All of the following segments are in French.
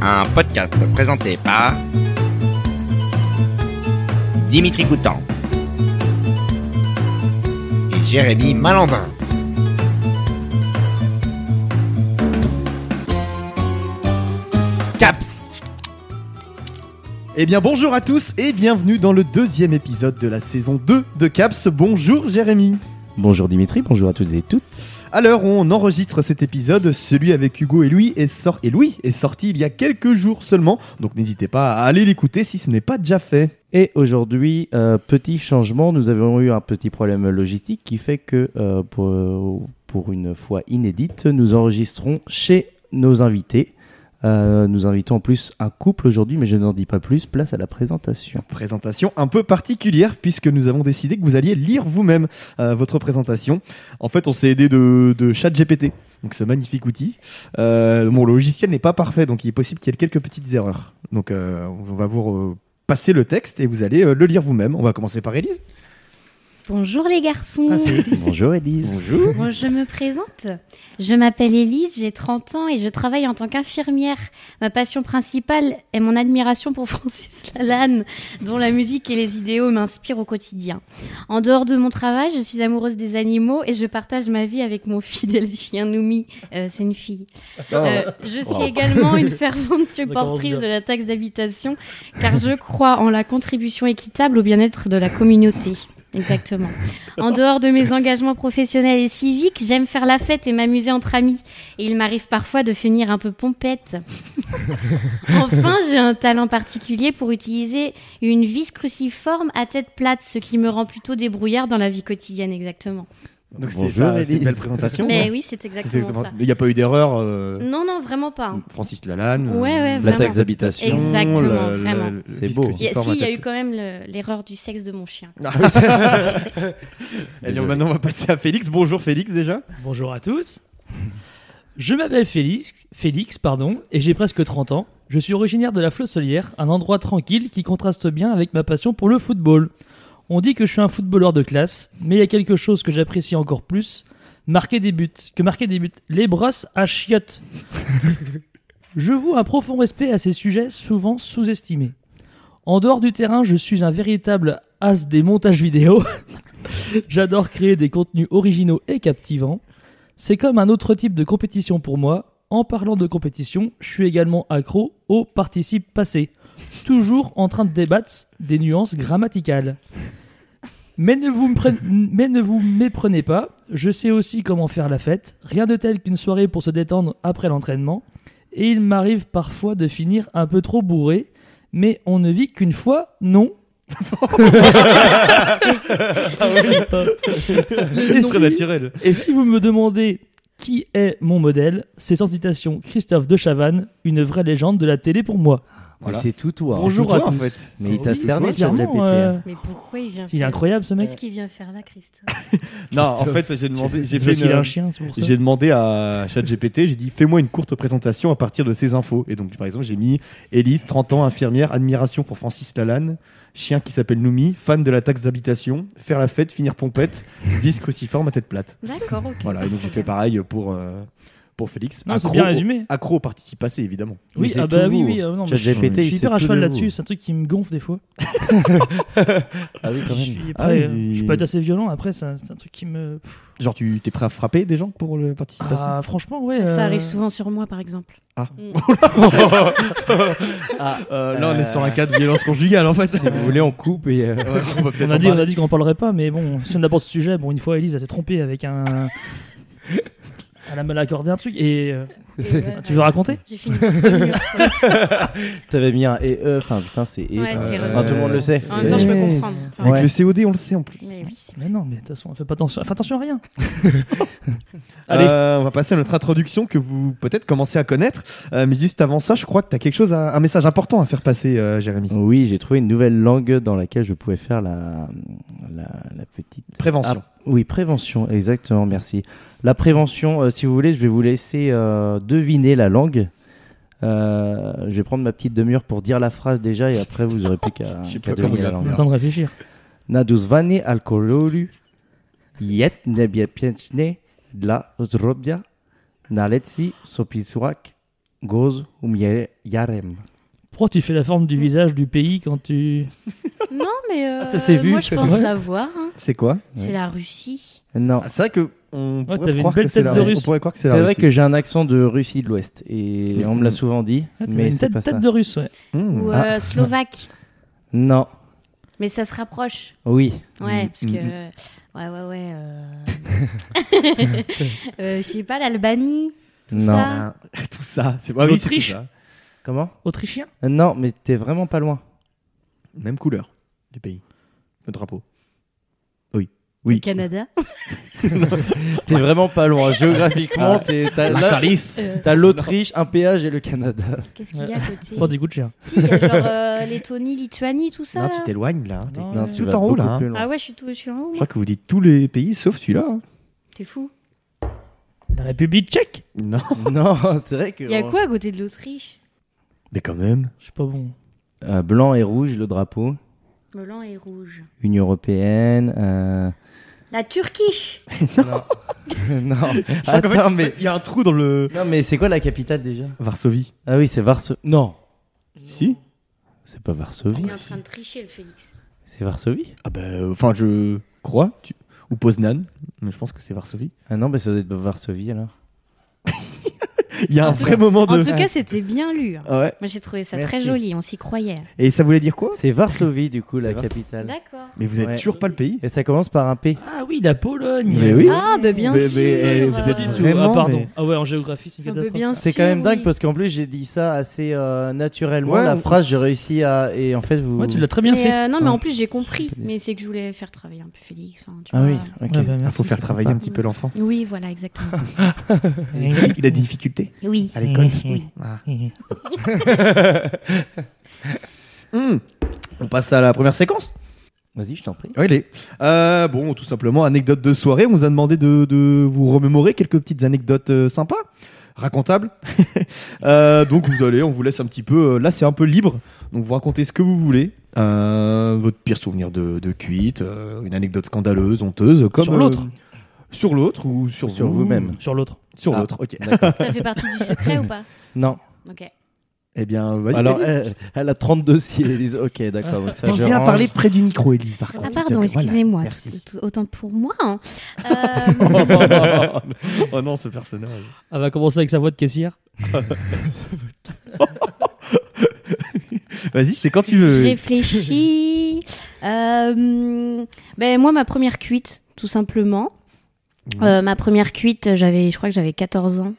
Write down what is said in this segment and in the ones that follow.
un podcast présenté par Dimitri Coutan et Jérémy Malandin. Caps. Eh bien bonjour à tous et bienvenue dans le deuxième épisode de la saison 2 de Caps. Bonjour Jérémy. Bonjour Dimitri, bonjour à toutes et toutes. À l'heure où on enregistre cet épisode, celui avec Hugo et Louis est, sort et Louis est sorti il y a quelques jours seulement, donc n'hésitez pas à aller l'écouter si ce n'est pas déjà fait. Et aujourd'hui, euh, petit changement, nous avons eu un petit problème logistique qui fait que euh, pour, pour une fois inédite, nous enregistrons chez nos invités. Euh, nous invitons en plus un couple aujourd'hui, mais je n'en dis pas plus, place à la présentation. Présentation un peu particulière puisque nous avons décidé que vous alliez lire vous-même euh, votre présentation. En fait, on s'est aidé de, de ChatGPT, donc ce magnifique outil. Euh, mon logiciel n'est pas parfait, donc il est possible qu'il y ait quelques petites erreurs. Donc euh, on va vous euh, passer le texte et vous allez euh, le lire vous-même. On va commencer par Élise. Bonjour les garçons. bonjour Elise. Bonjour. Bon, je me présente. Je m'appelle Élise, j'ai 30 ans et je travaille en tant qu'infirmière. Ma passion principale est mon admiration pour Francis Lalanne, dont la musique et les idéaux m'inspirent au quotidien. En dehors de mon travail, je suis amoureuse des animaux et je partage ma vie avec mon fidèle chien Noumi. Euh, C'est une fille. Euh, je suis également une fervente supportrice de la taxe d'habitation car je crois en la contribution équitable au bien-être de la communauté. Exactement. En dehors de mes engagements professionnels et civiques, j'aime faire la fête et m'amuser entre amis. Et il m'arrive parfois de finir un peu pompette. enfin, j'ai un talent particulier pour utiliser une vis cruciforme à tête plate, ce qui me rend plutôt débrouillard dans la vie quotidienne, exactement. Donc c'est Bonjour, ça, c'est une Élise. belle présentation. Mais hein. oui, c'est C'est exactement, exactement- Il n'y a pas eu d'erreur. euh, ça. Non, non, vraiment pas. Francis Lalanne. euh, Ouais, ouais, la vraiment. taxe d'habitation. Exactement, vraiment. C'est vice beau. Il y a- cruciforme si, il y a à eu quand même le- l'erreur du sexe de mon chien. Eh bien, Désolé. maintenant, on va passer à Félix. Bonjour Félix déjà. Bonjour à tous. Je m'appelle Félix, Félix pardon, et j'ai presque 30 ans. Je suis originaire de la Flosselière, un endroit tranquille qui contraste bien avec ma passion pour le football. On dit que je suis un footballeur de classe, mais il y a quelque chose que j'apprécie encore plus, marquer des buts, que marquer des buts, les brosses à chiottes. je voue un profond respect à ces sujets souvent sous-estimés. En dehors du terrain, je suis un véritable as des montages vidéo. J'adore créer des contenus originaux et captivants. C'est comme un autre type de compétition pour moi. En parlant de compétition, je suis également accro aux participes passés, toujours en train de débattre des nuances grammaticales. Mais ne, vous me prene- mais ne vous méprenez pas, je sais aussi comment faire la fête, rien de tel qu'une soirée pour se détendre après l'entraînement, et il m'arrive parfois de finir un peu trop bourré, mais on ne vit qu'une fois, non Et Ah Très si- naturel. et si vous me demandez qui est mon modèle, c'est sans citation Christophe de Chavannes, une vraie légende de la télé pour moi. Mais Voilà. C'est tout toi. hein. Bonjour tout à toi, en tous. fait. Mais il t'a Si, servi toi, le chat clairement, GPT, hein. euh, Mais pourquoi il vient Il est faire- incroyable ce mec. Qu'est-ce qu'il vient faire là, Christophe Non, en fait, j'ai demandé, j'ai fait Parce qu'il une- euh, a un chien, c'est pour ça. j'ai demandé à ChatGPT, j'ai dit fais-moi une courte présentation à partir de ces infos. Et donc, par exemple, j'ai mis Élise, 30 ans, infirmière, admiration pour Francis Lalanne, chien qui s'appelle Noumi, fan de la taxe d'habitation, faire la fête, finir pompette, vice cruciforme à tête plate. D'accord, ok. Voilà, et donc j'ai fait pareil pour, euh, pour Félix. Non, c'est Accro bien au- résumé. Accro aux participes passés, évidemment. Mais Oui, c'est ah bah tout oui, vous. oui. euh, non, mais je, ChatGPT, je suis il hyper sait à tout cheval de là-dessus, vous. c'est un truc qui me gonfle des fois. Ah oui, Je quand même. suis, Ah après, oui, euh, des- je peux être assez violent, après, c'est un, c'est un truc qui me. Genre, tu t'es prêt à frapper des gens pour le participe passé Ah, franchement, ouais. euh, Ça arrive souvent sur moi, par exemple. Ah. Mm. Euh, Là, on est sur un cas de violence conjugale, en fait. Si vous voulez, on coupe et. euh, Ouais, on va On peut-être a en dit, on parler. a dit qu'on parlerait pas, mais bon, si on aborde ce sujet, bon, une fois Elise, elle s'est trompée avec un. Elle a mal accordé un truc et. euh, Et ouais, tu veux ouais. raconter J'ai fini. sur ce mur, quoi. T'avais mis un et euh, enfin putain, c'est et. euh, Ouais, c'est enfin, tout le monde le sait. En même temps, je peux Ouais. comprendre. Enfin, Avec Ouais. le COD, on le sait en plus. mais oui, c'est- Mais non, mais de toute façon, fais pas attention, fais attention à rien. Allez. Allez. Euh, on va passer à notre introduction que vous peut-être commencez à connaître. Euh, mais juste avant ça, je crois que tu as quelque chose, à- un message important à faire passer, euh, Jérémy. Oui, j'ai trouvé une nouvelle langue dans laquelle je pouvais faire la, la, la petite. Prévention. Ah, oui, prévention, exactement, merci. La prévention, euh, si vous voulez, je vais vous laisser euh, deviner la langue. Euh, je vais prendre ma petite demi-heure pour dire la phrase déjà et après vous aurez plus qu'à Je sais qu'à pas comment deviner il la a langue. On a le temps de réfléchir. Naduzvane alkololu yet nebiepienchne dla zrobia naletsi sopiswak Goz um Yare- Yarem. Pourquoi tu fais la forme du visage du pays quand tu. Non, mais euh, Ah, ça s'est vu, moi je c'est pense vrai. savoir. hein. C'est quoi C'est la Russie. Non. Ah, C'est vrai que on pourrait t'avais une croire belle que c'est tête la de Russie. russe. On pourrait croire que c'est C'est la vrai Russie. que j'ai un accent de Russie de l'Ouest et on me l'a souvent dit, Ah, t'as mais une c'est tête, pas ça. tête de russe, ouais. Mmh. Ou Ah. euh, Slovaque. Non, Mais ça se rapproche. oui. Ouais, Mhm. parce que. euh, Ouais, ouais, ouais. euh, euh, je sais pas, l'Albanie, tout Non. ça. Tout ça, c'est ah oui, c'est tout L'Autriche. ça. Comment Autrichien Non, mais t'es vraiment pas loin. Même couleur du pays, le drapeau. Oui, Le oui. Canada. T'es vraiment pas loin. Géographiquement, t'es- t'as La la- Calice. Euh, t'as l'Autriche, un péage et le Canada. Qu'est-ce qu'il y a à côté Bon, du coup, de chien. Si, il y a genre euh, Lettonie, Lituanie, tout ça. Non, là. tu t'éloignes là. T'es- Non, t'es non, tout tu en haut là. beaucoup hein. plus loin. Ah ouais, je suis, tout, je suis en haut. Je moi. crois que vous dites tous les pays sauf celui-là. hein. T'es fou. La République tchèque Non, Non, c'est vrai que. Il y a quoi à côté de l'Autriche mais quand même. Je suis pas bon. Euh, Blanc et rouge, le drapeau. Blanc et rouge. Union européenne. euh, La Turquie non. Je crois qu'en fait, Attends, mais. il y a un trou dans le Non, mais c'est quoi la capitale déjà Varsovie. Ah oui, c'est Varsovie. Non, Si. c'est pas Il Varsovie. est en train de tricher, le Félix. C'est Varsovie Ah ben, enfin, je crois. tu- Ou Poznan, mais je pense que c'est Varsovie. Ah non, bah ça doit être Varsovie alors. Il y a En un tout vrai cas- moment de. En tout cas, c'était bien lu. hein. Ah ouais. Moi, j'ai trouvé ça Merci. très joli. On s'y croyait. Et ça voulait dire quoi C'est Varsovie du coup, la C'est Varso- capitale. D'accord. Mais vous êtes Ouais. toujours pas le pays. Et ça commence par un P. Ah oui, la Pologne Mais oui. Ah, bah bien Mais- mais, sûr. eh, vous euh, êtes Pas du tout. Vraiment, Ah, pardon. mais- Ah ouais, en géographie, c'est une ah, bah, catastrophe. bien C'est sûr, quand même dingue oui. parce qu'en plus j'ai dit ça assez euh, naturellement. Ouais, la on- phrase j'ai réussi à et en fait vous. Ouais, tu l'as très bien mais, fait. euh, non, mais Ouais. en plus, j'ai compris. Je peux dire. Mais c'est que je voulais faire travailler un peu Félix. hein, tu Ah oui. vois. Ok. Ouais, bah, Il merci. faut faire travailler sympa. un petit peu l'enfant. Oui, voilà, exactement. Il a des difficultés Oui. à l'école. Ah. Hmm. On passe à la première séquence. Vas-y, je t'en prie. Oui, il est. Euh, bon, tout simplement, anecdote de soirée. On vous a demandé de, de vous remémorer quelques petites anecdotes euh, sympas, racontables. Euh, donc, vous allez, on vous laisse un petit peu. euh, Là, c'est un peu libre. Donc, vous racontez ce que vous voulez. Euh, votre pire souvenir de, de cuite, euh, une anecdote scandaleuse, honteuse, comme euh, Sur l'autre. sur l'autre ou sur, Sur vous. vous-même. Sur l'autre. Sur Ah. l'autre. Ok. Ça fait partie du secret ou pas Non. Ok. Eh bien, vas-y. Alors Élise. elle, elle a 32 si elle dit ok d'accord. donc ça, pense je bien à range. parler près du micro, Elise. Par contre. Ah pardon, Voilà, excusez-moi. Merci. Tout- tout- Autant pour moi. hein. Euh, oh non, ce personnage. Elle va commencer avec sa voix de caissière. Vas-y, c'est quand tu Je veux. réfléchis. Euh, ben, moi, ma première cuite, tout simplement. Mhm. Euh, ma première cuite, j'avais, je crois que j'avais 14 ans.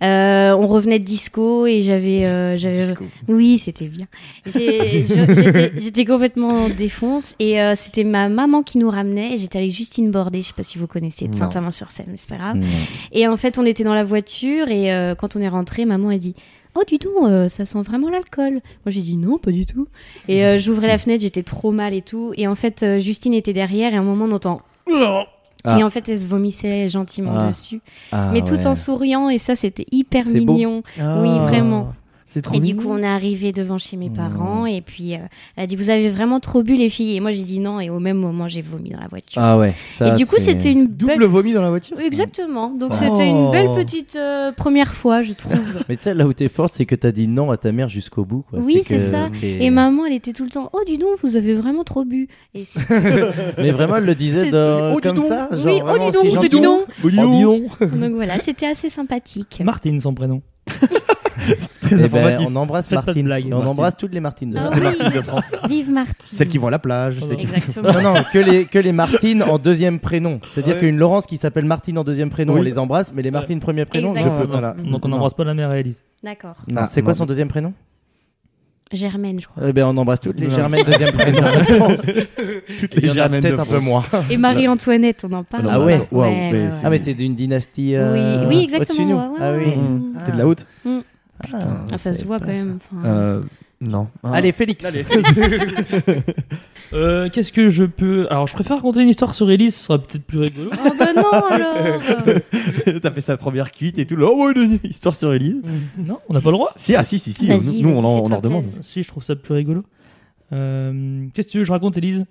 Euh, on revenait de disco et j'avais, euh, j'avais- Disco. oui, c'était bien. J'ai- je- J'étais j'étais complètement défonce et euh, c'était ma maman qui nous ramenait. et J'étais avec Justine Bordet, je sais pas si vous connaissez, de Non. Saint-Amand-sur-Seine, mais c'est pas grave. Non. Et en fait, on était dans la voiture et euh, quand on est rentré, maman a dit Oh, du tout, ça sent vraiment l'alcool. Moi, j'ai dit Non, pas du tout. Et euh, j'ouvrais la fenêtre, j'étais trop mal et tout. Et en fait, euh, Justine était derrière et à un moment, on entend. Ah. Et en fait, elle se vomissait gentiment Ah. dessus, Ah, mais tout ouais. en souriant, et ça, c'était hyper C'est beau. mignon. Oui, Ah. vraiment. C'est trop Et du coup, on est arrivé devant chez mes Mm. parents, et puis euh, elle a dit Vous avez vraiment trop bu, les filles Et moi, j'ai dit non, et au même moment, j'ai vomi dans la voiture. Ah ouais. ça, et du coup, c'est- c'était une belle double vomi dans la voiture. oui, Exactement. Donc Oh. c'était une belle petite euh, première fois, je trouve. Mais tu sais là où t'es forte c'est que t'as dit non à ta mère jusqu'au bout quoi. Oui, c'est que ça. t'es- Et maman, elle était tout le temps. Oh, dis donc, vous avez vraiment trop bu. Et c'est- Mais vraiment elle le disait C'est- dans- Oh, dis comme donc. ça. Oui, Genre, oh, vraiment, dis donc, si oh, gentil. dis donc. Au Oh, dis lion. donc. Donc voilà, c'était assez sympathique. Martine, son prénom. Très Eh ben, informatif. on embrasse Faites pas de Martine. blagues. Et on Martine. embrasse toutes les Martines. Ah oui. de France. Vive Martine. Celles qui vont à la plage. celles qui- Exactement. Oh, Non, non, que les, que les Martines en deuxième prénom. C'est-à-dire Ouais. qu'une Laurence qui s'appelle Martine en deuxième prénom, Oui. on les embrasse, mais les Martines premier prénom, Ah je Exactement. peux pas. Voilà. Donc on Non. n'embrasse pas la mère et Elise. D'accord. Non, Ah, c'est quoi non, son mais- deuxième prénom Germaine, je crois. Eh ben, on embrasse toutes les Non. Germaines deuxième prénom. je pense. Et Toutes Il y en a germaines de peut-être un peu France. moins. Et Marie-Antoinette, on en parle. Ah ouais. Ouais, Waouh, ouais, mais ouais. c'est- Ah, mais t'es d'une dynastie. euh, Oui, oui, au-dessus de nous. exactement. ouais, ouais, Ah oui. ouais. Mmh. T'es de la haute. Putain, Ah, ça se c'est voit pas quand ça. même. enfin. Euh, Non. Ah. Allez, Félix. Euh, Qu'est-ce que je peux. Alors, je préfère raconter une histoire sur Elise, ce sera peut-être plus rigolo. Oh bah non alors. Euh. T'as fait sa première cuite et tout. là. Oh ouais, une histoire sur Elise. non, on n'a pas le droit. Si, ah si, si, si. Vas-y, Nous, vas-y, on en- on fais-toi en redemande. plaisir. Si, je trouve ça plus rigolo. Euh, Qu'est-ce que tu veux, que je raconte, Elise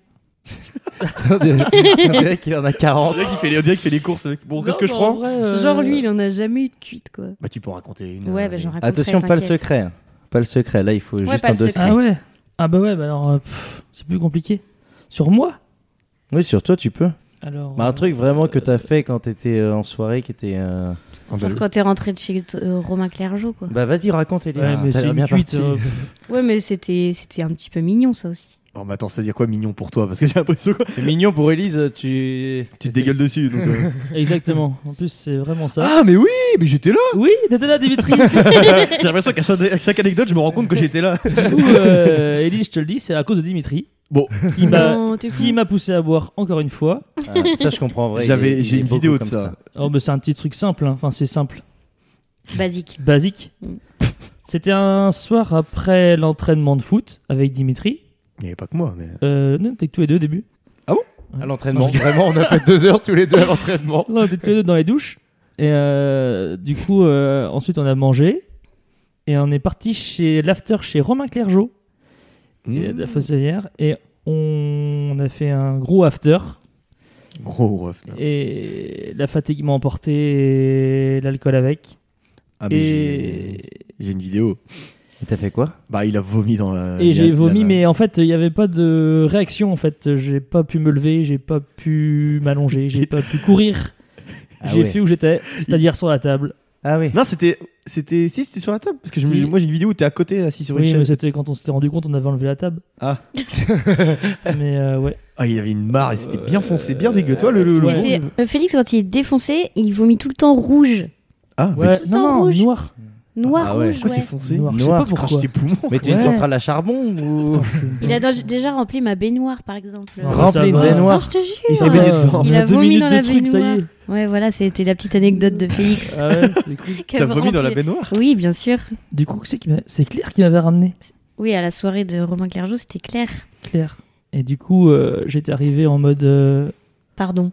on dirait qu'il en a 40. On dirait qu'il fait, les- on dirait qu'il fait les courses. avec- Bon, qu'est-ce que je prends Genre lui, il en euh, a jamais eu de cuite, quoi. Bah, tu peux raconter une. Ouais, euh, bah j'en raconterai, Attention, pas le t'inquiète. secret. hein. Pas le secret. Là, il faut juste pas le endosser. secret. Ah ouais Ah bah ouais, bah alors euh, pff, c'est plus compliqué. Sur moi Oui, sur toi, tu peux. Alors. Bah, un euh, truc vraiment que t'as fait quand t'étais euh, en soirée, qui était. euh, Genre Andalou. quand t'es rentré de chez euh, Romain Clergeau, quoi. Bah, vas-y, raconte, Elise. Ouais, mais T'as c'est l'air une cuite. partie. euh, pff. Ouais, mais c'était c'était un petit peu mignon, ça aussi. Oh, mais attends, ça veut dire quoi mignon pour toi Parce que j'ai l'impression que C'est mignon pour Elise. euh, Tu. tu te dégueules dessus. donc, euh. Exactement. En plus, c'est vraiment ça. Ah, mais oui, mais j'étais là Ah oui, t'étais là, Dimitri. J'ai l'impression qu'à chaque, à chaque anecdote, je me rends compte que j'étais là. Du coup, euh, Elise, je te le dis, c'est à cause de Dimitri. Bon. Qui m'a, Non, t'es fou. qui m'a poussé à boire encore une fois. Ah, ça, je comprends. en vrai, il est- J'avais, il j'ai est une beaucoup vidéo de comme ça. Oh, bah, c'est un petit truc simple. hein. Enfin, c'est simple. Basique. Basique. Mm. C'était un soir après l'entraînement de foot avec Dimitri. Il n'y avait pas que moi, mais. Euh, non, t'es que tous les deux au début. À l'entraînement. Vraiment, on a fait deux heures tous les deux à l'entraînement. Non, on était tous les deux dans les douches. Et euh, du coup, euh, ensuite, on a mangé. Et on est parti chez l'after chez Romain Clergeau, et de la Mm. Fosselière. Et on, on a fait un gros after. Gros ref. Et la fatigue m'a emporté, et l'alcool avec. Ah, mais et j'ai- j'ai une vidéo. Et t'as fait quoi Bah, il a vomi dans la. et il a- j'ai il a- vomi, mais en fait, il n'y avait pas de réaction. En fait, j'ai pas pu me lever, j'ai pas pu m'allonger, j'ai pas pu courir. Ah j'ai ouais. fait où j'étais, c'est-à-dire sur la table. Ah oui. Non, c'était. C'était. Si, c'était sur la table. Parce que je me- Si. moi, j'ai une vidéo où t'es à côté, assis sur une Oui, mais chaise. c'était quand on s'était rendu compte, on avait enlevé la table. Ah. mais euh, ouais. Ah, il avait une mare et Euh, c'était bien foncé, bien dégueu. Toi, le. le- le- Mais c'est- euh, Félix, quand il est défoncé, il vomit tout le temps rouge. Ah, mais ouais. tout le temps Non, non, rouge. noir. Noir, Ah ouais. rouge, pourquoi c'est ouais. foncé Noir. Je sais Noir, pas Tu craches pourquoi. tes poumons. Mais t'es une Ouais. centrale à charbon ou. Il a dej- déjà rempli ma baignoire, par exemple. Non, Non, Rem- ça Rempli une va. baignoire. je te jure. Il s'est baigné dedans. Ah, Il On a deux vomi minutes dans de la truc, ça y est. baignoire. Ouais, voilà, c'était la petite anecdote de Félix. Ah ouais, c'est cool. Quel T'as vomi dans la rempli- baignoire Oui, bien sûr. Du coup, c'est qui m'a- c'est Claire qui m'avait ramené. Oui, à la soirée de Romain Clergeau, c'était clair. Claire. Et du coup, euh, j'étais arrivé en mode. euh, Pardon.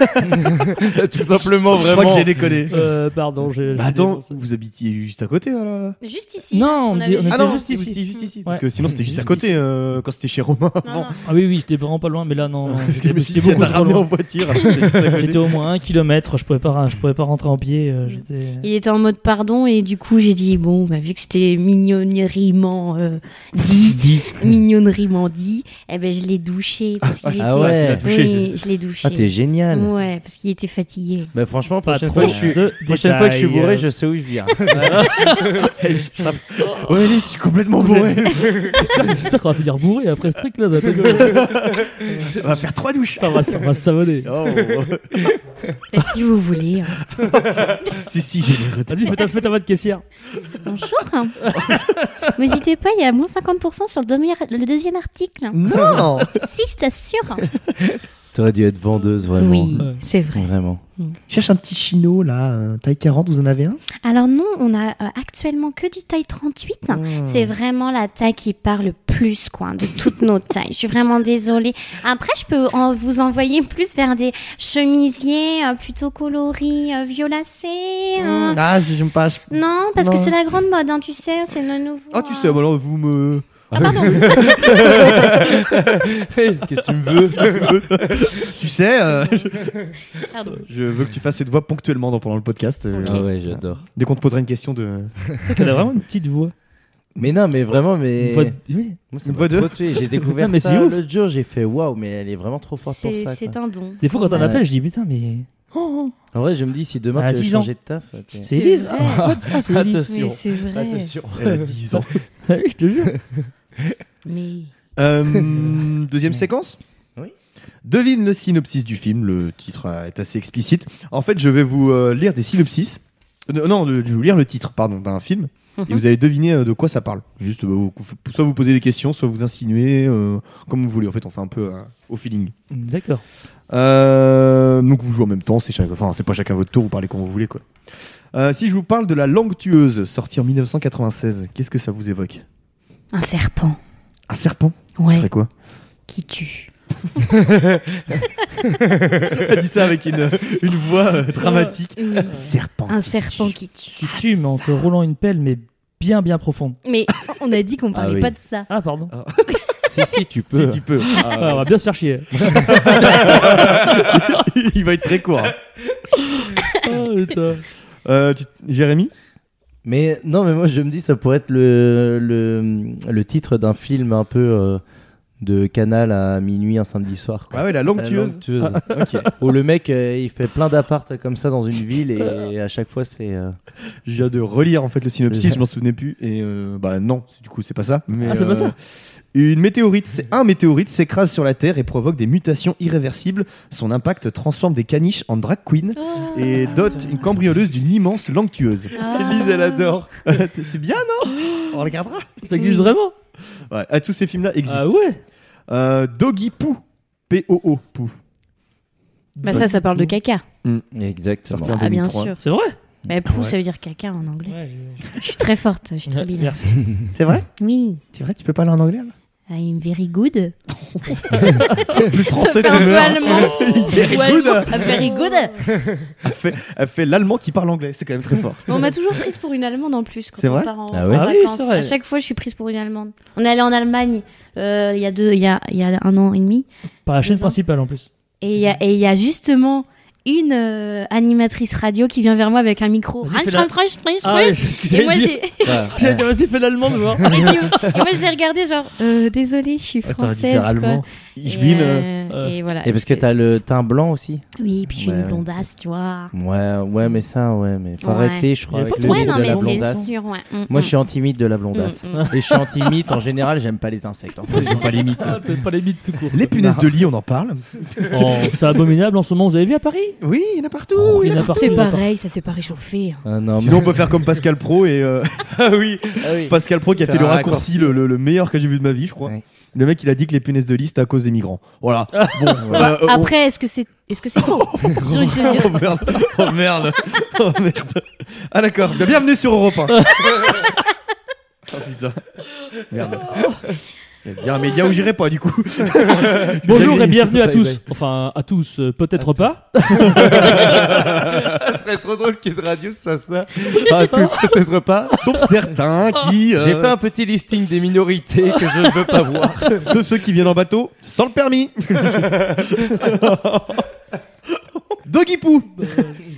Tout simplement, Je crois que j'ai déconné. euh, pardon, j'ai. Bah j'ai attends, dépensé. vous habitiez juste à côté là, là Juste ici. Non, on, On dit- avait on juste- était Ah non, juste ici. juste ici. Ouais. Parce que sinon c'était juste à Juste côté euh, quand c'était chez Romain. Non, non. Ah oui, oui, j'étais vraiment pas loin, mais là, non. non, Parce que je me suis j'étais dit, elle beaucoup t'a trop ramené en loin. voiture. alors que c'était juste à côté. J'étais au moins un kilomètre, je pouvais pas, je pouvais pas rentrer en pied. euh, j'étais- Il était en mode pardon et du coup j'ai dit bon bah, vu que c'était mignonnerie-ment euh, dit, mignonnerie-ment dit, eh ben je l'ai douché parce qu'il Ah était- ouais. Oui, je l'ai douché. Ah, t'es génial. ouais, parce qu'il était fatigué. Bah franchement, Pas prochaine trop fois, que je suis... de prochaine fois que je suis détails, bourré, euh, je sais où je viens. Et je frappe. Ouais, allez, je suis complètement bourré. J'espère j'espère qu'on va finir bourré après ce truc-là. ça va être- On va faire trois douches. Putain, on va s- on va se savonner. Oh, Bah, si vous voulez. hein. c'est si généreux. Vas-y, fais ta, fais ta voix de caissière. Bonjour. N'hésitez pas, il y a moins 50% sur le, demi- le deuxième Hein. article. Non Si je t'assure. T'aurais dû être vendeuse, Oui, Ouais. c'est vrai. Vraiment. Cherche un petit chino là, un taille 40, vous en avez un Alors non, on a euh, actuellement que du taille 38. C'est vraiment la taille qui part le plus, quoi, de toutes nos tailles. Je suis vraiment désolée. Après, je peux en- vous envoyer plus vers des chemisiers euh, plutôt coloris, euh, violacés. euh. Ah, j'aime pas. je- Non, parce que Non. c'est la grande mode, hein, tu sais, c'est le nouveau. Ah, tu euh, sais, bah alors vous me. Ah, pardon. Qu'est-ce que tu me veux tu sais, euh, Pardon. je veux que tu fasses cette voix ponctuellement dans- pendant le podcast. euh, Ah ouais, j'adore. Dès qu'on te posera une question de. C'est qu'elle a vraiment une petite voix. Mais non, mais vraiment, mais... Une voix de- oui. Moi, ça Une m'a voix de- trop tué. J'ai découvert Non, mais ça c'est ouf. l'autre jour, j'ai fait waouh, mais elle est vraiment trop forte pour hein. C'est ça. c'est quoi. un don. Des fois, quand on Ouais. appelle, je dis putain, mais. Oh, En vrai, je me dis, si demain À tu veux six ans. changer de taf... euh, t'es- c'est Elise. vrai. Ah, what Ah, c'est Elise. Mais Attention. c'est vrai. Attention. Elle a 10 ans. Ah oui, je te jure. Mais Euh, deuxième séquence Oui. Devine le synopsis du film, le titre euh, est assez explicite. En fait, je vais vous euh, lire des synopsis. Euh, non, de- je vais vous lire le titre, pardon, d'un film. Et Mhm. vous allez deviner euh, de quoi ça parle. Juste, bah, vous- soit vous posez des questions, soit vous insinuez, euh, comme vous voulez. En fait, on fait un peu euh, au feeling. D'accord. Euh, donc vous jouez en même temps, c'est chaque- enfin, c'est pas chacun votre tour, vous parlez quand vous voulez quoi. Euh, si je vous parle de La Langue Tueuse, sortie en 1996, qu'est-ce que ça vous évoque un serpent, Un serpent Ça ouais, ferait quoi qui tue. Elle dit ça avec une, une voix euh, dramatique. Oui. Serpent. Un serpent qui tue. Qui tue, mais en te roulant une pelle, mais bien, bien profonde. Mais on a dit qu'on Ah parlait oui. pas de ça. Ah, pardon. si, si, tu peux. Si tu peux. Ah, on Ah, va bien se faire chier. ouais. Il va être très court. hein. Euh, tu- Jérémy Mais non, mais moi je me dis ça pourrait être le, le, le titre d'un film un peu euh, de canal à minuit un samedi soir. Quoi. Euh, Ah ouais, la langue tueuse. tueuse. Ah. Où le mec euh, il fait plein d'appartes comme ça dans une ville et, à chaque fois c'est. euh, Je viens de relire en fait le synopsis, je m'en souvenais plus. Et euh, bah non, c'est- du coup c'est pas ça. Mais, euh, Ah, c'est pas ça Une météorite, c'est un météorite s'écrase sur la Terre et provoque des mutations irréversibles. Son impact transforme des caniches en drag queen Oh. Ah. et dote une cambrioleuse d'une immense langue tueuse. Ah. Elise, elle adore. c'est bien, non On regardera. Ça existe vraiment Ouais, ah, tous ces films-là existent. Ah ouais Euh, Doggy Poo, P-O-O, Poo, Bah ça, ça parle de caca. Exactement. sorti en Ah bien 2003. sûr. C'est vrai Bah pou, ça veut dire caca en anglais. Ouais, Je suis très forte, je suis très bilingue. Merci. C'est vrai Oui, C'est vrai, tu peux parler en anglais là I'm very good. Plus français, fait tu hein. un peu meurs. allemand. Very Ou good. allemand. Ah, very good. Elle fait, elle fait l'allemand qui parle anglais, c'est quand même très fort. Mais on m'a toujours prise pour une Allemande en plus. quand C'est on vrai part en- Ah ouais en Ah oui, vacances. c'est vrai. À chaque fois, je suis prise pour une Allemande. On est allé en Allemagne euh, il y a deux, il y a, il y a un an et demi, Par la chaîne Deux ans. principale en plus. et il y a, et il y a justement une euh, animatrice radio qui vient vers moi avec un micro. Vas-y, fais-la. Ranch, ranch, ranch, ranch, Ah ranch. ouais, c'est ce que Et j'allais moi, dire. j'ai, J'allais dire, vas-y, fais l'allemand, mais voir. et, puis, et moi, je l'ai regardé genre, euh, désolée, je suis Attends, française. quoi. Ich Et, bin, euh, euh, euh, et voilà. Et parce que t'as le teint blanc aussi. Oui, puis je suis Ouais, une ouais. blondasse, tu vois. Ouais, ouais, mais ça, ouais, mais faut Ouais. arrêter, je crois, Il y a avec pas le trop Ouais, mythe non, de mais la c'est blondasse. sûr, ouais. Mm, Moi, mm. je suis anti-mythe de la Bah, blondasse. Mm, mm. Et je suis anti-mythe en général, j'aime pas les insectes. euh, en fait. pas les mythes. Ah, Pas les bites tout court. Les punaises de lit, on en parle. Oh, c'est abominable en ce moment. Vous avez vu à Paris Oui, Oh, il y en a partout. Il y en a partout, il Ah, C'est y en a pareil, ça s'est pas réchauffé. Ah, non, mais- Sinon, on peut faire comme Pascal Pro et. euh, ah oui, Ah oui. Pascal Pro qui a Faire fait le un raccourci le, le- le meilleur que j'ai vu de ma vie, je crois. Ouais. Le mec, il a dit que les punaises de lit, c'était à cause des migrants. Voilà. Bon, Voilà. bah, euh, on- Après, est-ce que c'est est-ce que c'est faux J'ai envie de te dire. Oh merde, oh merde, oh merde. Ah d'accord, Bien- bienvenue sur Europe 1. oh putain, merde. Oh. Il y a bien un média où j'irai pas du coup. Bonjour et bienvenue à Bye tous. bye. Enfin, à tous, euh, peut-être pas. Ça serait trop drôle qu'il y ait de radio, ça, ça. Ah, tous, peut-être pas. Sauf certains qui. euh, J'ai fait un petit listing des minorités que je ne veux pas voir. Ceux, ceux qui viennent en bateau sans le permis. Doggy Poo.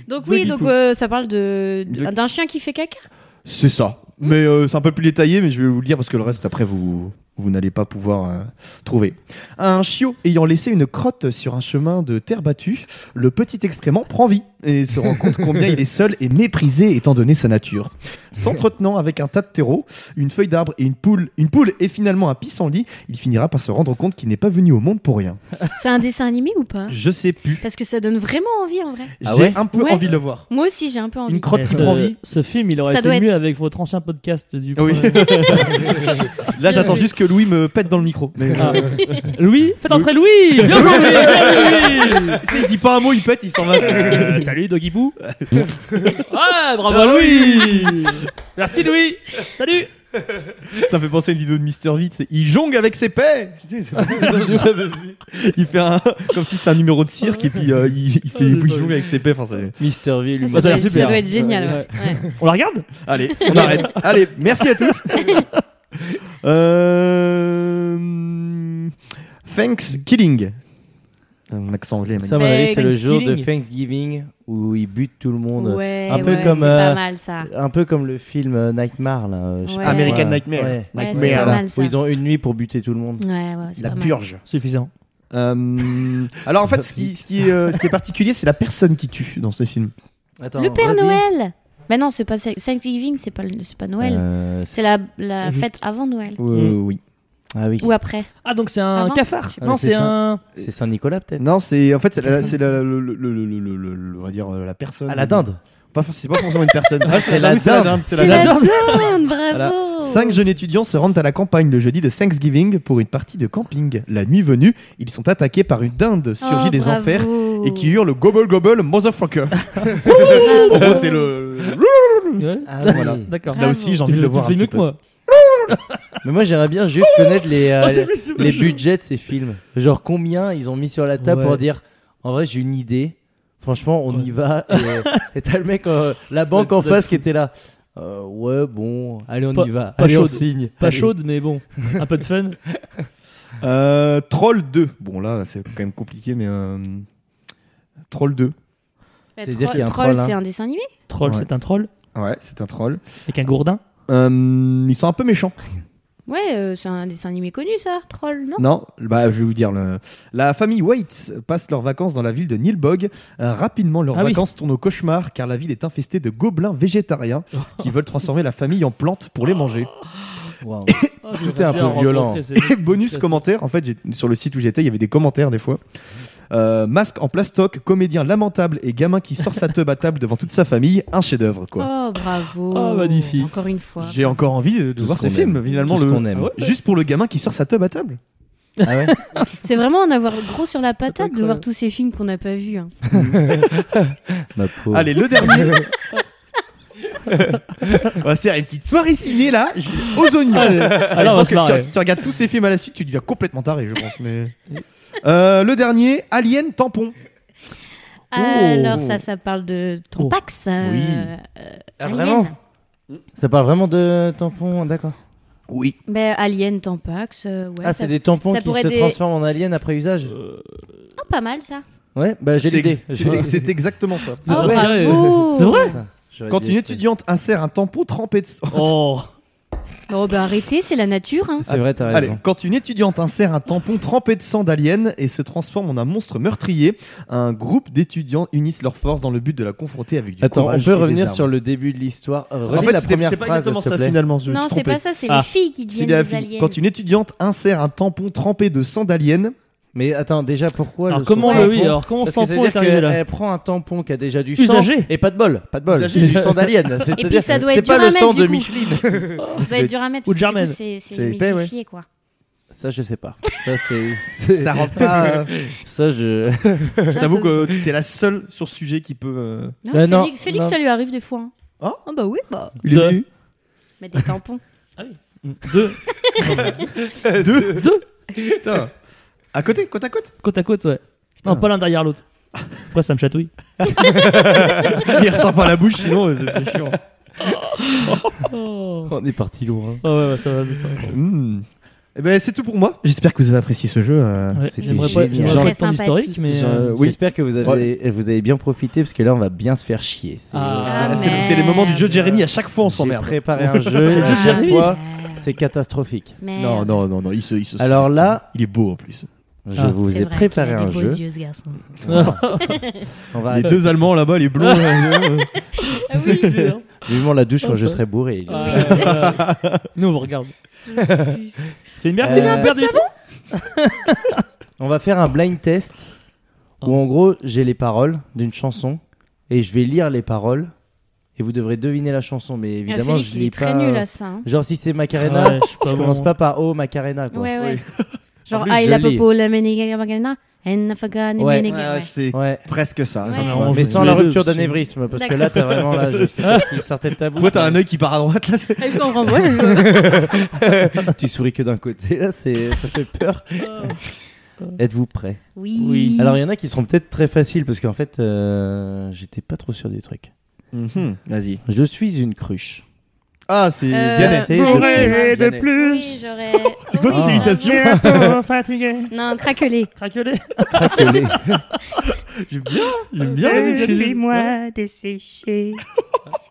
Donc Doggy oui, donc poo. euh, ça parle de De- d'un chien qui fait caca. C'est ça. Mais euh, c'est un peu plus détaillé, mais je vais vous le dire parce que le reste, après, vous, vous n'allez pas pouvoir euh, trouver. Un chiot ayant laissé une crotte sur un chemin de terre battue, le petit excrément prend vie et se rend compte combien il est seul et méprisé étant donné sa nature. S'entretenant avec un tas de terreau, une feuille d'arbre et une poule, une poule et finalement un pissenlit, il finira par se rendre compte qu'il n'est pas venu au monde pour rien. C'est un dessin animé ou pas Je sais plus. Parce que ça donne vraiment envie en vrai. Ah J'ai ouais un peu Ouais. envie de le voir. Moi aussi, j'ai un peu envie. Une crotte Et qui prend Ce, vie. ce film, il aurait Ça doit été être- mieux avec votre ancien podcast du Oui. Là, j'attends joué. juste que Louis me pète dans le micro. Mais, Ah. Louis, faites entrer Louis Bien joué, Louis Bien joué, Louis Si il dit pas un mot, il pète, il s'en va. Euh, Salut Doggy Boo Ouais, bravo à Louis Merci Louis Salut Ça fait penser à une vidéo de Mister Vite. c'est Il jongle avec ses paix. il fait un comme si c'était un numéro de cirque et puis euh, il, il fait Ah, j'ai il pas jongle vu. avec ses paix. Enfin, c'est- Mister V, lui. Ah, Ça, doit, a l'air être, ça super. doit être génial. ouais. Ouais. On la regarde allez, on arrête. Allez, merci à tous. Euh, Thanks Killing. Euh, Mon accent anglais. est magnifique. Ça, à mon avis, c'est le jour Thanksgiving. de Thanksgiving où il bute tout le monde. Ouais, un peu ouais, comme, c'est euh, pas mal ça. Un peu comme le film euh, Nightmare, là. euh, je sais Ouais. pas American quoi. Nightmare. Ouais. Ouais, mais, c'est pas euh, mal ça. Où ils ont une nuit pour buter tout le monde. Ouais, ouais, c'est La pas mal. purge. Suffisant. Euh, alors en fait, ce qui, ce qui est, euh, ce qui est particulier, c'est la personne qui tue dans ce film. Attends, le Père redis. Noël. Mais non, c'est pas Thanksgiving, c'est pas le- c'est pas Noël. Euh, c'est- C'est la, la Juste. fête avant Noël. Euh, Oui. Ah oui. Ou après. Ah, donc c'est un Avant cafard Ah, Non, mais c'est c'est ça. un... C'est Saint-Nicolas, peut-être Non, c'est en fait c'est la, c'est la- le, le- le- le- le- le- le- on va dire euh, la personne. À la dinde. Pas forc- c'est pas forcément une personne. Ah, c'est la oui, c'est la dinde. dinde. C'est C'est la la dinde. dinde, bravo. Voilà. Cinq jeunes étudiants se rendent à la campagne le jeudi de Thanksgiving pour une partie de camping. La nuit venue, ils sont attaqués par une dinde surgie Oh, des bravo. enfers et qui hurle gobble gobble motherfucker. en gros, c'est le. Ouais. Ah oui. Voilà. D'accord. Là aussi, j'ai envie de le voir. un Tu fais mieux petit que peu. moi. Mais moi, j'aimerais bien juste connaître les, euh, Oh, c'est plus- c'est plus les chaud. budgets de ces films. Genre combien ils ont mis sur la table Ouais. pour dire en vrai j'ai une idée. Franchement, on y va. Et et t'as le mec, euh, la banque doit- en ça doit face être qui était là. Euh, ouais, bon, allez, on Pas- y va. pas allez, on chaude. signe. Pas Allez. chaude, mais bon, un peu de fun. Euh, Troll 2. Bon, là, c'est quand même compliqué, mais. euh, Troll 2. C'est-à-dire qu'il y a un troll, troll, hein. c'est un dessin animé Troll, Ouais. c'est un troll Ouais, c'est un troll. avec un gourdin. Euh, ils sont un peu méchants. Ouais, euh, c'est un dessin animé connu, ça, troll, non Non, bah, je vais vous dire. Le... La famille Waits passe leurs vacances dans la ville de Nilbog. Euh, rapidement, leurs Ah oui. vacances tournent au cauchemar car la ville est infestée de gobelins végétariens qui veulent transformer la famille en plantes pour les manger. Tout est un peu violent. Bonus commentaire. En fait, j'ai- sur le site où j'étais, il y avait des commentaires des fois. Euh, masque en plastoc, comédien lamentable et gamin qui sort sa teub à table devant toute sa famille, un chef-d'œuvre quoi. Oh, bravo Oh, magnifique. Encore une fois. J'ai encore envie de, de Tout voir ce ces qu'on films aime. finalement Tout ce le- qu'on aime. Ah ouais juste pour le gamin qui sort sa teub à table. Ah ouais C'est vraiment en avoir gros sur la patate de incroyable. voir tous ces films qu'on n'a pas vus. hein. Ma pauvre. Allez, le dernier. on va se faire une petite soirée ciné là, je- aux oignons. Je Ah, Alors, on va pense se que marrer. tu, tu regardes tous ces films à la suite, tu deviens complètement taré, je pense. Mais Euh, le dernier, Alien Tampon. Alors, ça, ça parle de ton Oh. Pax. euh, Oui. Ah, vraiment Ça parle vraiment de tampons, d'accord. Oui. Ben, Alien, Tampax, euh, ouais. ah, ça- c'est des tampons ça qui pourrait se des- transforment en aliens après usage Oh, pas mal ça. Ouais, bah j'ai Euh, C'est l'idée. ex- c'est- C'est exactement ça. Vous êtes Oh, inspiré, bravo. euh, C'est vrai J'aurais Quand dit- une étudiante insère un tampon trempé de sang. Oh Bon, ben arrêtez, c'est la nature. Hein. C'est vrai, t'as Allez, raison. quand une étudiante insère un tampon trempé de sang d'alien et se transforme en un monstre meurtrier, un groupe d'étudiants unissent leurs forces dans le but de la confronter avec du Attends, on courage peut et des revenir armes. sur le début de l'histoire. Euh, En Relis fait, la c'était- première c'est pas phrase, exactement s'il te ça plaît. finalement. Je me Non, suis c'est trompé. pas ça, c'est Ah. les filles qui C'est deviennent la des fille. aliens. Quand une étudiante insère un tampon trempé de sang d'alien, Mais attends, déjà pourquoi Alors le comment sang le tampon oui Alors comment Parce ce que eh, tampon est c'est-à-dire arrivé là qu'elle prend un tampon qui a déjà du sang Usagé. et pas de bol, pas de bol. Usagé. C'est du sang d'alien. Et C'est-à-dire puis ça doit c'est être pas dur le à sang mettre. de du coup. Micheline. Ça doit être dur à mettre. Ou parce que du Germaine. coup, C'est c'est C'est épais, ouais. mythifié quoi. Ça je sais pas. Ça c'est ça rentre pas. euh, ça je J'avoue que t'es la seule sur ce sujet qui peut. euh, Non, Euh, non, Félix, Félix, non. ça lui arrive des fois. Hein. Oh. bah oui, bah. il est Deux. nu. Mettre des tampons. Euh, Deux Deux. Deux. Putain. À côté, côte à côte. côte à côte, ouais. Putain. Non, pas l'un derrière l'autre. Pourquoi ça me chatouille Il ressort par la bouche, sinon euh, c'est c'est chiant. Oh on est parti loin. ouais, ouais, ça va, ça va. Hmm. Eh ben, c'est tout pour moi. J'espère que vous avez apprécié ce jeu. euh, Ouais, C'était J'aimerais pas, génial. j'aimerais Très pas être ton sympathique. historique, mais. Je- euh, oui. J'espère que vous avez vous avez bien profité parce que là on va bien se faire chier. C'est- Ah, Ah, c'est merde. c'est les moments du jeu de Jérémy. À chaque fois, on J'ai s'emmerde. préparé un jeu. C'est le jeu à de chaque Jérémy. fois, c'est catastrophique. Ah, Merde. Non, non, non, non. Il se, il se Alors là- il est beau en plus. Je Ah. vous C'est ai vrai préparé qu'il a un des beaux jeu. yeux, ce garçon. On va Les deux Allemands là-bas, les blonds. euh, euh, Ah oui, vivement la douche Ah, quand je ça. serai bourré. Ah, euh, Nous, on vous regarde. C'est une merde, Euh, t'es bien perdu. On va faire un blind test où en gros j'ai les paroles d'une chanson et je vais lire les paroles et vous devrez deviner la chanson mais évidemment Félix, je il lis est pas euh, très nul à ça. hein. genre si c'est Macarena Ouais, suis eh je bon. commence pas par oh Macarena quoi. Ouais, ouais. En Genre, plus, ah, il a je lis. popo la meniga magana. And I forgot the Ouais. meniga, ouais, ouais. C'est Ouais. presque ça. Ouais. j'en ai Mais marre. Oh, Mais c'est sans les la deux, rupture c'est- d'anévrisme parce que D'accord. là t'as vraiment là je sais pas ce qui sortait de ta bouche. Pourquoi t'as un œil qui part à droite là c'est- Elle comprend pas. tu souris que d'un côté là c'est ça fait peur. Êtes-vous prêts Oui. Oui. Alors il y en a qui seront peut-être très faciles parce qu'en fait euh, j'étais pas trop sûr du truc. Mhm, Vas-y. Je suis une cruche. Ah, c'est Euh, Vianney. C'est Vianney. Vianney. Oui, j'aurais. Oh, C'est quoi cette imitation fatigué. Non, craquelé. Craquelé. Craquelé. J'aime bien, j'aime bien. Eh, Vianney. Suis-moi desséché.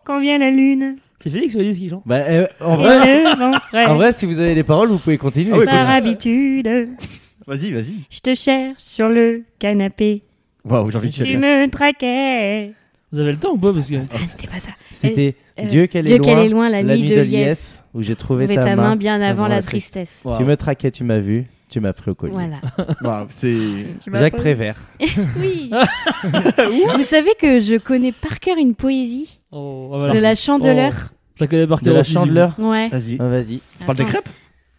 Quand vient la lune, C'est Félix Félix qui chante. Bah, euh, en, et vrai, le vent en frais. vrai, si vous avez les paroles, vous pouvez continuer. Ah ouais, bah, Par continue. habitude, Vas-y, vas-y. je te cherche sur le canapé. Waouh, j'ai envie de Tu chialer. me traquais. Vous avez le temps ou pas Parce que. Ah, c'était pas ça. C'était Euh, Dieu qu'elle est, Dieu qu'elle est loin, loin, la, nuit de liesse. Liesse, où j'ai trouvé Trouver ta, main. bien avant la tristesse. tristesse. Waouh, Tu me traquais, tu m'as vu, tu m'as pris au collier. Voilà. waouh, c'est. Tu m'as Jacques pas- Prévert. Oui. Vous savez que je connais par cœur une poésie Oh, de la chandeleur. Je la connais par De cœur la aussi, chandeleur. Ouais. Vas-y. Ah, Vas-y. Ça parle des Attends. crêpes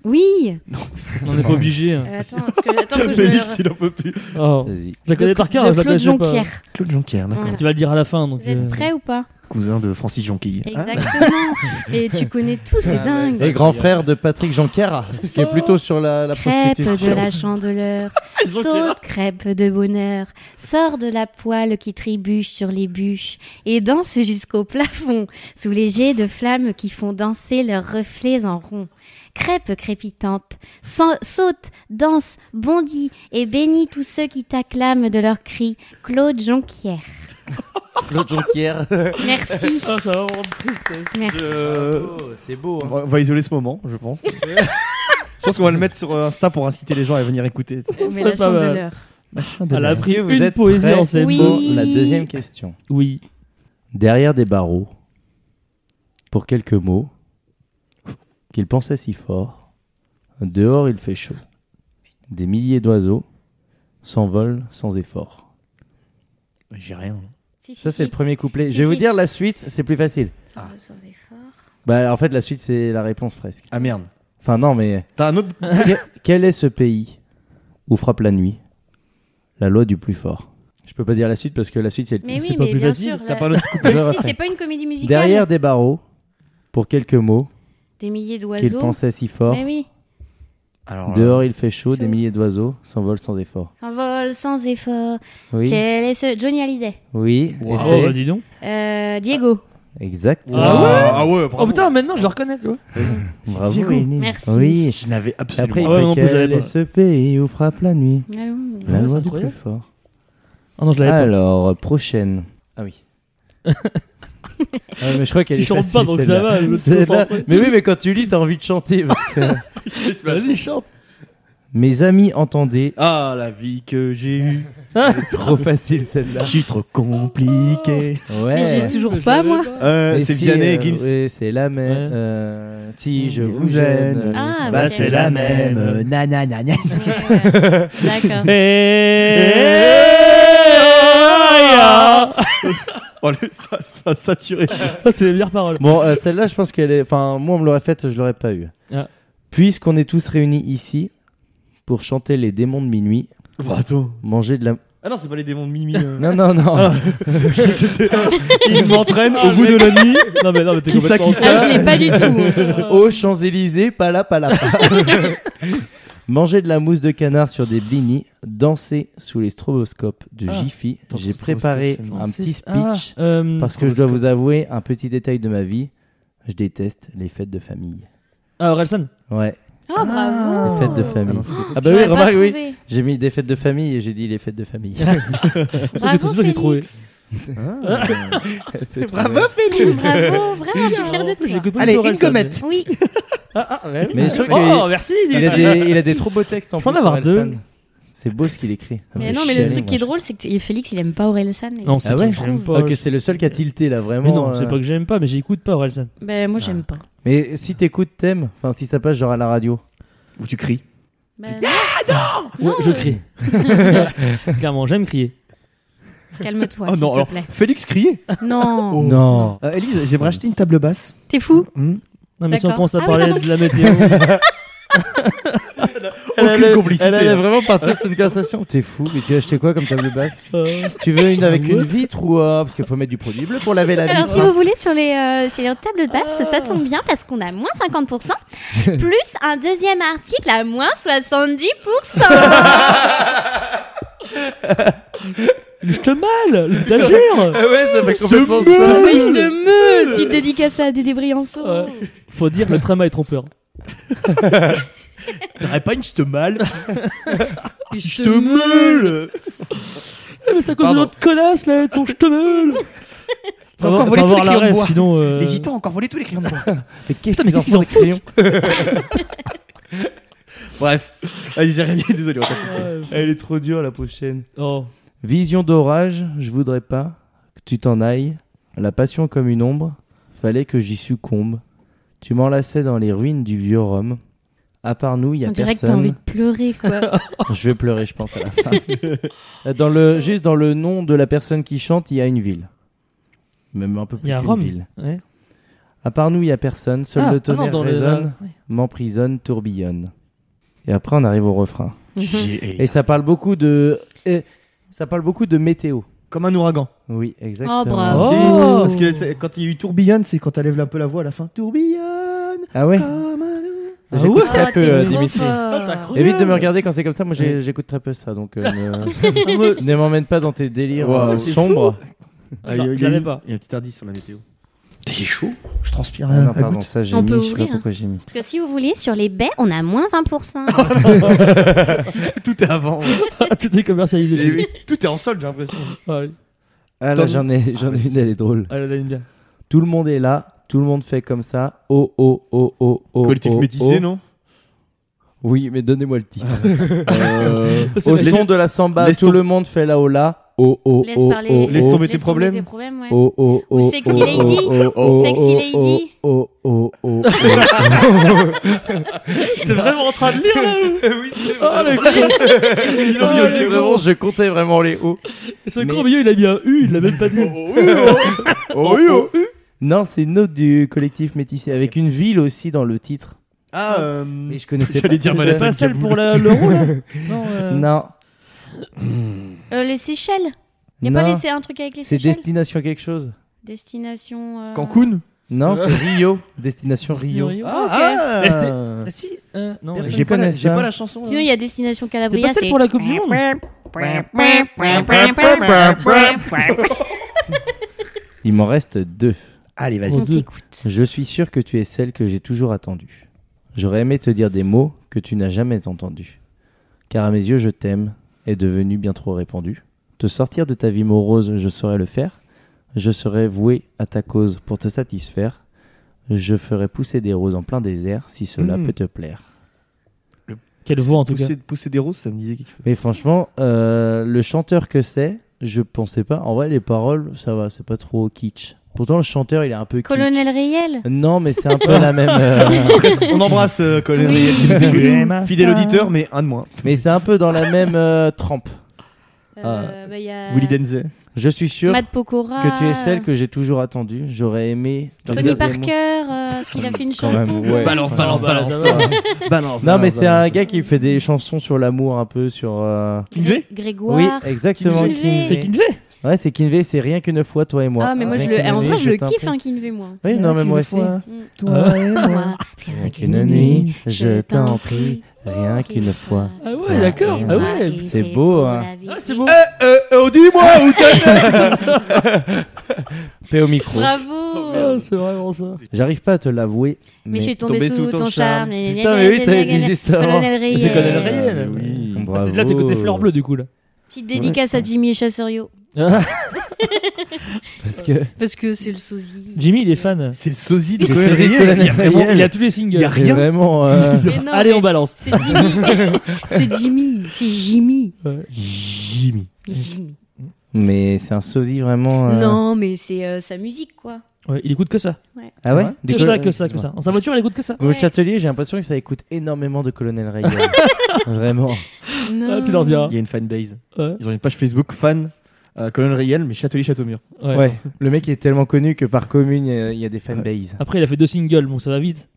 Oui. visiblement. On n'est pas obligé. hein. Euh, attends, parce que, attends que je me... Félix, il en peut plus. Oh. Vas-y. Je la connais de, par cœur, de je la Claude connaissais pas. Jonquière. Claude Jonquière, Voilà. Tu vas le dire à la fin. Donc, Vous êtes euh, Ah. prêts ou pas cousin de Francis Jonquille. Hein Exactement. Et tu connais tout, c'est bah, dingue. Et grand frère de Patrick Jonquière, qui est plutôt sur la, la Crêpe prostitution. de la chandeleur, saute crêpe de bonheur, sors de la poêle qui trébuche sur les bûches et danse jusqu'au plafond sous les jets de flammes qui font danser leurs reflets en rond. Crêpe crépitante, sa- saute, danse, bondit et bénis tous ceux qui t'acclament de leurs cris. Claude Jonquière. Claude Jonquière. Merci. Ah, ça va me rendre triste. Merci. Euh, Oh, c'est beau. hein. on va- on va isoler ce moment, je pense. je pense qu'on va le mettre sur Insta pour inciter les gens à venir écouter. Mais la serait pas mal. chandeleur. À la pris vous une êtes poésie prêts en scène. Oui. Pour la deuxième question. Oui. Derrière des barreaux, pour quelques mots, qu'il pensait si fort, dehors il fait chaud. Des milliers d'oiseaux s'envolent sans effort. J'ai rien. Si, si, Ça, c'est le si. premier couplet. Si, Je vais vous si. dire la suite, c'est plus facile. Sans- sans effort. Bah, en fait, la suite, c'est la réponse presque. Ah merde. Enfin, non, mais. T'as un autre. Que- quel est ce pays où frappe la nuit la loi du plus fort Je peux pas dire la suite parce que la suite, c'est le Mais C'est oui, pas mais plus bien facile, sûr. T'as la- pas un autre couplet Je Si, refais. c'est pas une comédie musicale. Derrière des barreaux, pour quelques mots Des milliers qu'il d'oiseaux. pensait si fort, Mais Eh oui, Oh Alors, euh, là, dehors il fait chaud, Chaud. des milliers d'oiseaux s'envolent sans effort. s'envole sans effort. Oui, Quel est ce Johnny Hallyday oui, Oh, effet. bah dis donc. Euh, Diego. exact. Ah, Ah ouais ah ouais, bravo. Oh putain, maintenant je le reconnais, tu vois. Bravo, Diego. Émilie. Merci. Oui, Je n'avais Et après il absolument Ah ouais, non, fait plus, j'avais quel est pas. ce pays où frappe la nuit Allons. la loi Ah, c'est du plus incroyable. fort. Ah non, je l'avais Alors, prochaine. Ah oui. Ah ouais, mais je crois pas. qu'elle Tu est chantes pas, facile, donc ça celle-là. va. je te Celle-là- sens prêt. Mais oui, mais quand tu lis, t'as envie de chanter. Parce que... Vas-y, chante. Mes amis, entendez. Ah, la vie que j'ai eue. Trop facile celle-là. Je suis trop compliqué. Mais Ouais. j'ai toujours pas, moi. Euh, Mais c'est si, Vianney euh, et Gims. oui, c'est la même. Ouais. euh, si je Je vous gêne. euh, Ah, bah, ok. c'est la même. euh, Nanana. D'accord. Eh, Ça, Oh, le- ça, ça a saturé. c'est les meilleures paroles. Bon, euh, celle-là, je pense qu'elle est. Enfin, moi, on me l'aurait faite, je l'aurais pas eu. Ah. Puisqu'on est tous réunis ici pour chanter les démons de minuit, Bon, attends. manger de la. Ah non, c'est pas les démons de Mimi. euh. Non, non, non. Ah. C'était- Il m'entraîne au bout de la nuit. Non, mais non, mais t'es Qui ça, complètement. qui Ah, ça je l'ai pas du tout. Aux Champs-Élysées, pas là, pas là. Manger de la mousse de canard sur des blinis, danser sous les stroboscopes de Ah. Jiffy. Attends, J'ai stroboscope, préparé c'est un C'est- petit ah, speech euh, parce que je dois vous avouer un petit détail de ma vie. Je déteste les fêtes de famille. Ah, Orelsan. Ouais, Oh, bravo. les fêtes de Ah Oh. famille. non, c'était- Ah bah oui, J'aurais pas remarque, oui. trouvé. J'ai mis des fêtes de famille et j'ai dit les fêtes de famille. Ça, c'est Bravo, toi qui l'as trouvé. Félix. Bravo, Bravo, Oh, vraiment, je suis fière de toi. J'écoute pas Allez, du tout une Orelsan, comète. Oui, Ah, ah, ouais. Mais je trouve Oh, merci. dis- Il a des, il a des trop beaux textes en Faut en plus, avoir Orelsan. deux. C'est beau ce qu'il écrit. mais non, mais le truc qui est drôle, c'est que Félix, il aime pas Orelsan. et- Non, c'est Ah ouais que j'aime pas. Ok, c'est le seul qui a tilté là, vraiment. Mais non, c'est euh, pas que j'aime pas, mais j'écoute pas Orelsan. Ben, moi, j'aime pas. Mais si t'écoutes, t'aimes. Enfin, si ça passe genre à la radio. Ou tu cries. Ben, Ouais, je crie. Clairement, j'aime crier. Calme-toi, Oh s'il non, te alors plaît. Oh. Félix criait. Non, Non. Euh, Elise, j'aimerais acheter une table basse. t'es fou. Non, mais si on D'accord. commence à Ah, parler de la météo. Aucune complicité. Elle allait vraiment partir de cette conversation. T'es fou, mais tu as acheté quoi comme table basse euh, Tu veux une avec une vitre ou. euh, parce qu'il faut mettre du produit bleu pour laver la Alors, si vitre. vous voulez, sur les, euh, sur les tables basses, Ah. ça tombe bien parce qu'on a moins 50%, plus un deuxième article à moins 70%. Je te mal, le stagiaire. Ah ouais, ça fait complètement ça. Mais je te meule Petite dédicace à Dédé Briançon. Ouais. Faut dire, le trauma est trompeur. T'aurais pas une j'te mal Je J'te meule Eh, Mais c'est à cause de Pardon. notre connasse là, ton je te meule. T'as encore volé tous les crayons de bois. Sinon, euh, Les gitans ont encore volé tous les crayons de bois. Mais qu'est-ce Putain, mais qu'est-ce qu'ils en font des crayons Bref. Ah, Allez, Jérémy, désolé. on t'a coupé. Elle est trop dure la prochaine. Oh. Vision d'orage, je voudrais pas que tu t'en ailles. La passion comme une ombre, fallait que j'y succombe. Tu m'enlaçais dans les ruines du vieux Rome. À part nous, il y a On dirait que t'as personne. envie de pleurer, quoi. Je vais pleurer, je pense à la fin. dans le juste dans le nom de la personne qui chante, il y a une ville. Même un peu Il plus y a qu'une Rome. ville. Ouais. À part nous, il y a personne. Seul le Ah, ah non, tonnerre dans le- résonne, ouais. m'emprisonne, tourbillonne. Et après, on arrive au refrain. Mhm. Et ça parle beaucoup de. et ça parle beaucoup de météo. Comme un ouragan. Oui, exactement. Oh, bravo. Oh Parce que c'est- quand il tourbillonne, c'est quand t'élèves un peu la voix à la fin. Tourbillonne Ah ouais comme un ouragan. Ah J'écoute ouais très Ah, peu, t'es euh, trop Dimitri. Oh, fort. Évite de me regarder quand c'est comme ça, moi j'ai- j'écoute très peu ça, donc euh, ne, ne m'emmène pas dans tes délires Waouh, euh, c'est sombres. Ah, il y a- je il y a l'avais une- pas. il y a un petit indice sur la météo. T'es chaud Je transpire. Ah non, Euh, pardon, ça j'ai On mis, peut je sais pas ouvrir, hein. pourquoi j'ai mis. Parce que si vous voulez, sur les baies, on a moins 20%. Tout est avant. ouais. Tout est commercialisé. Et chez Eh oui, tout est en solde, j'ai l'impression. nous. Ouais. Ah là, Tom- j'en ai, j'en ai une, elle est drôle. Allez, la ligne bien. Tout le monde est là, tout le monde fait comme ça. Oh oh oh oh oh. Collectif oh, métissé, oh. non Oui, mais donnez-moi le titre. Euh, C'est Au vrai. son de la samba, laisse tout tom- le monde fait là oh là. Oh oh Laisse oh parler. oh. Laisse oh. tomber tes Laisse problèmes. Des problèmes ouais. Oh oh oh. Ou Sexy oh, Lady. oh, oh, Sexy oh, Lady. Oh oh oh. oh, T'es vraiment en train de lire là oh. Eh ou Ah, le Il ont mis au cœur. Oh, vraiment, je comptais vraiment les hauts. Ce Mais- con milieu, il a mis un U, il l'a même pas dit. Oh oui, oh Non, c'est une autre du collectif métissé avec une ville aussi dans le titre. Ah, euh, Mais je connaissais J'allais pas. dire C'est C'est Manhattan. pas de- celle Kaboul. pour la- l'euro là Non. euh, Non. Euh, les Seychelles. Il n'y a non. pas laissé un truc avec les C'est Seychelles destination quelque chose. Destination. euh, Cancun Non, c'est Rio. Destination Rio. Rio. Ah, Et ah. Ah, Si, euh, non. Personne ouais. J'ai pas, la- connaît j'ai ça. pas la chanson. là. Sinon, il y a Destination C'est Calabria. pas celle pour la Coupe du Monde Il m'en reste deux. Allez, vas-y. On t'écoute. Je suis sûr que tu es celle que j'ai toujours attendue. J'aurais aimé te dire des mots que tu n'as jamais entendus. Car à mes yeux, je t'aime est devenu bien trop répandu. Te sortir de ta vie morose, je saurais le faire. Je serais voué à ta cause pour te satisfaire. Je ferais pousser des roses en plein désert si cela Mhm. peut te plaire. Quelle voix en tout cas. Pousser, pousser des roses, ça me disait quelque chose. Mais franchement, euh, le chanteur que c'est, je pensais pas. En vrai, les paroles, ça va, c'est pas trop kitsch. Pourtant, le chanteur, il est un peu kitsch. Colonel Riel. Non, mais c'est un peu la même. euh, On embrasse euh, Colin Oui. Riel qui nous écoute. J'aime Fidèle pas. auditeur, mais un de moins. mais c'est un peu dans la même euh, trempe. Euh, bah, il y a Willy Denzel. Je suis sûr Matt Pokora. que tu es celle que j'ai toujours attendue. J'aurais aimé. te Tony dire des Parker, mots. euh, parce qu'il a fait une Quand chanson. même, ouais. Balance, balance, Non, balance. bah, toi. Euh, Balance. Non, mais balance, c'est un balance. gars qui fait des chansons sur l'amour un peu sur. euh, Kinvey Grégoire. Oui, exactement. Kinvey. Kinvey. C'est Kinvey Ouais, c'est Kinvey. C'est rien qu'une fois toi et moi. Ah, mais moi, Rien je le... qu'une en nuit, vrai, je le t'en kiffe, prie. hein, Kinvé, moi. Oui, non, mais moi aussi. Mm. Toi et Moi, Rien qu'une nuit, je t'en prie, rien qu'une fois. Ah ouais, d'accord. Ah ouais. C'est beau, hein. Ah, c'est beau. Euh, euh, dis-moi où t'es Paix au micro. Bravo. Ah, c'est vraiment ça. J'arrive pas à te l'avouer. Mais je suis tombé sous ton charme. Putain, mais oui, t'avais dit juste avant. Colonel Riel. C'est Colonel Ah, Riel. mais Eh oui. Bravo. Là, t'es côté fleur bleue du coup là. Petite dédicace à Jimmy et Chasserio. Ah. Parce que Parce que c'est le sosie. Jimmy, il est fan. C'est le sosie de Le Colin sosie de Riel. Colin Il y a vraiment- Riel. Il a tous les Il y a singles. c'est rien. vraiment. euh, Mais non, Allez, mais on balance. C'est Jimmy. c'est Jimmy. C'est Jimmy. Jimmy. Jimmy. Mais c'est un sosie vraiment. euh, Non, mais c'est euh, sa musique, quoi. Ouais, il écoute que ça. Ah ouais Que ça, que ça, que ça. Dans sa voiture, il écoute que ça. Au Ouais. Châtelier, j'ai l'impression que ça écoute énormément de Colonel Reagan. vraiment. Non. Ah, tu leur diras. Il y a une fanbase. Ouais. Ils ont une page Facebook fan euh, Colin Riel, mais Châtelier-Châteaumur. Ouais. Ouais. Le mec est tellement connu que par commune, euh, il y a des fanbases. Après, il a fait deux singles, bon, ça va vite.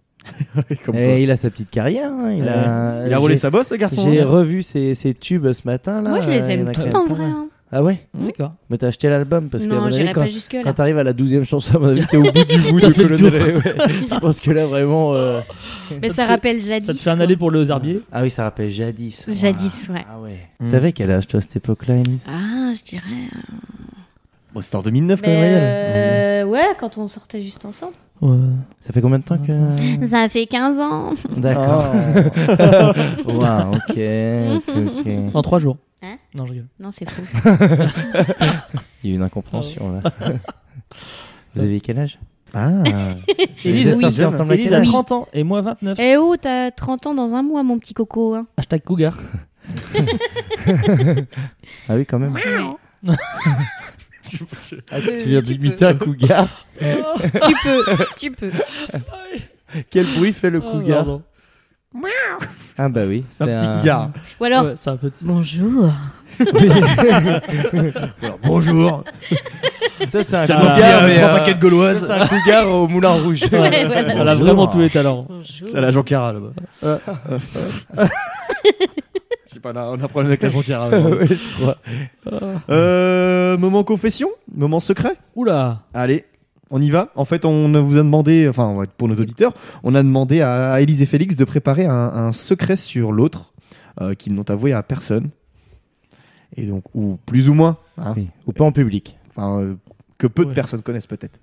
Comme quoi. Et il a sa petite carrière. hein, Il, a... Il a roulé Eh, j'ai- sa bosse, le garçon. J'ai hein. revu ses, ses tubes ce matin là. Moi, je les euh, il y en aime a toutes quand en même pas vrai. mal. hein. Ah ouais D'accord. Mais t'as acheté l'album parce que à mon Non, avis, j'irai quand, pas quand jusque-là. t'arrives à la 12 e chanson, à mon avis, t'es au bout du bout T'as de fait le Colonel Ray, ouais. Je pense que là vraiment. euh, Mais ça rappelle jadis. Ça te fait un quoi. aller pour le Zarbier. Ah oui, ça rappelle jadis. Ouah. Jadis, ouais. Ah ouais. Mm. T'avais quel âge toi à cette époque-là, Elise Ah, je dirais. euh, Bon, c'était en 2009, Colin mais, Riel. euh, ouais, quand on sortait juste ensemble. Ça fait combien de temps que. Ça fait 15 ans. D'accord. Oh. Waouh, ok. ok, ok. En trois jours. Hein non, je rigole. Non, c'est fou. Il y a une incompréhension là. Vous avez quel âge Ah, Elise, Elise, oui. Elise, ensemble à Elise quel a âge 30 ans et moi 29. Eh oh, t'as 30 ans dans un mois, mon petit coco. hein. Hashtag Cougar. Ah oui, quand même. Euh, Ah, Tu viens du peux. mitin cougar. Tu peux, tu peux. Quel bruit fait le cougar pardon. Ah bah oui, c'est un petit cougar. Ou alors, Ouais, c'est un petit. bonjour. Alors, bonjour. Ça c'est un J'ai cougar, euh, mais, trois euh, paquets de ça, gauloises. c'est un cougar au Moulin Rouge. Ouais, voilà. Elle Bonjour. a vraiment tous les talents. Bonjour. C'est à la Jean Cara là-bas. sais pas, on a, on a un problème avec la banquière. hein. Ouais, je crois. Euh, moment confession Moment secret Oula Allez, on y va. En fait, on vous a demandé, enfin, ouais, pour nos auditeurs, on a demandé à Élise et Félix de préparer un, un secret sur l'autre euh, qu'ils n'ont avoué à personne. Et donc, ou plus ou moins, hein. Oui. Ou pas en public. enfin, euh, que peu de Ouais. personnes connaissent peut-être.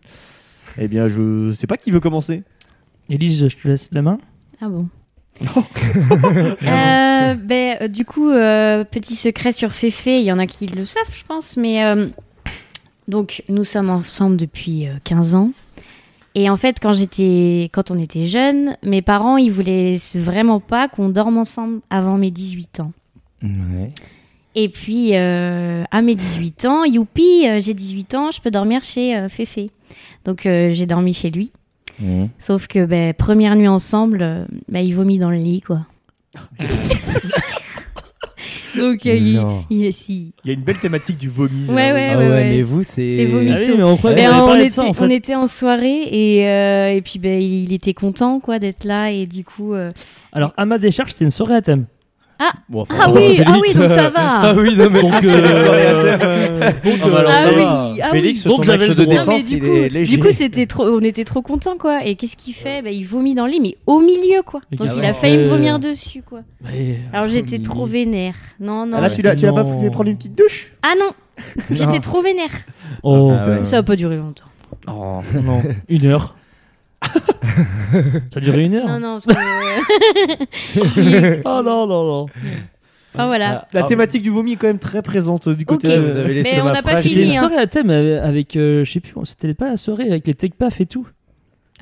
Eh bien, je sais pas qui veut commencer. Élise, je te laisse la main. Ah bon Euh, ben, euh, Du coup, euh, petit secret sur Féfé, il y en a qui le savent, je pense, mais euh, donc nous sommes ensemble depuis euh, 15 ans. Et en fait, quand j'étais, quand on était jeunes, mes parents, ils voulaient vraiment pas qu'on dorme ensemble avant mes 18 ans. Ouais. Et puis, euh, à mes 18 ans, youpi, euh, j'ai 18 ans, je peux dormir chez euh, Féfé. Donc, euh, j'ai dormi chez lui. Mmh. Sauf que, ben, première nuit ensemble, euh, ben, il vomit dans le lit, quoi. Donc, euh, il, Non. il- si. Il y a une belle thématique du vomi. Ouais, ouais, Ah ouais, ouais. mais vous, c'est. C'est vomi. Ah oui, mais on croyait Ben, qu'on avait on, parlé de était, ça, en fait. on était en soirée et, euh, et puis ben, il était content quoi d'être là et du coup euh, Alors, à ma décharge, c'était une soirée à thème. Bon, enfin, ah on oui va ah vite. oui donc ça va Ah oui, non, mais. Donc, Euh, euh, donc, euh, alors, ça ça Ah oui. va. ah Félix, oui. Donc, ton axe j'avais le de droit. Non, mais défense, du il coup, est léger. du coup, c'était trop, on était trop contents, quoi. Et qu'est-ce qu'il fait Bah, Il vomit dans le lit, mais au milieu, quoi. Mais Donc, qu'est-ce il a qu'il failli me fait vomir dessus, quoi. Mais, euh, Alors, j'étais mais- trop vénère. Non, non. Ah, là, tu l'as tu l'as pas Non. fait prendre une petite douche Ah non J'étais trop vénère. Oh, Ah ouais. Ça a pas duré longtemps. Oh. non. Une heure. ça a duré une heure Non, non. parce que- Oh non, non, non. enfin, voilà. Ah. La thématique du vomi est quand même très présente euh, du côté. Ok. euh, Vous avez Mais on l'estomac n'a pas fragile. fini, C'était une hein. soirée à thème avec, avec, euh, je sais plus, c'était pas la soirée avec les tech paf et tout.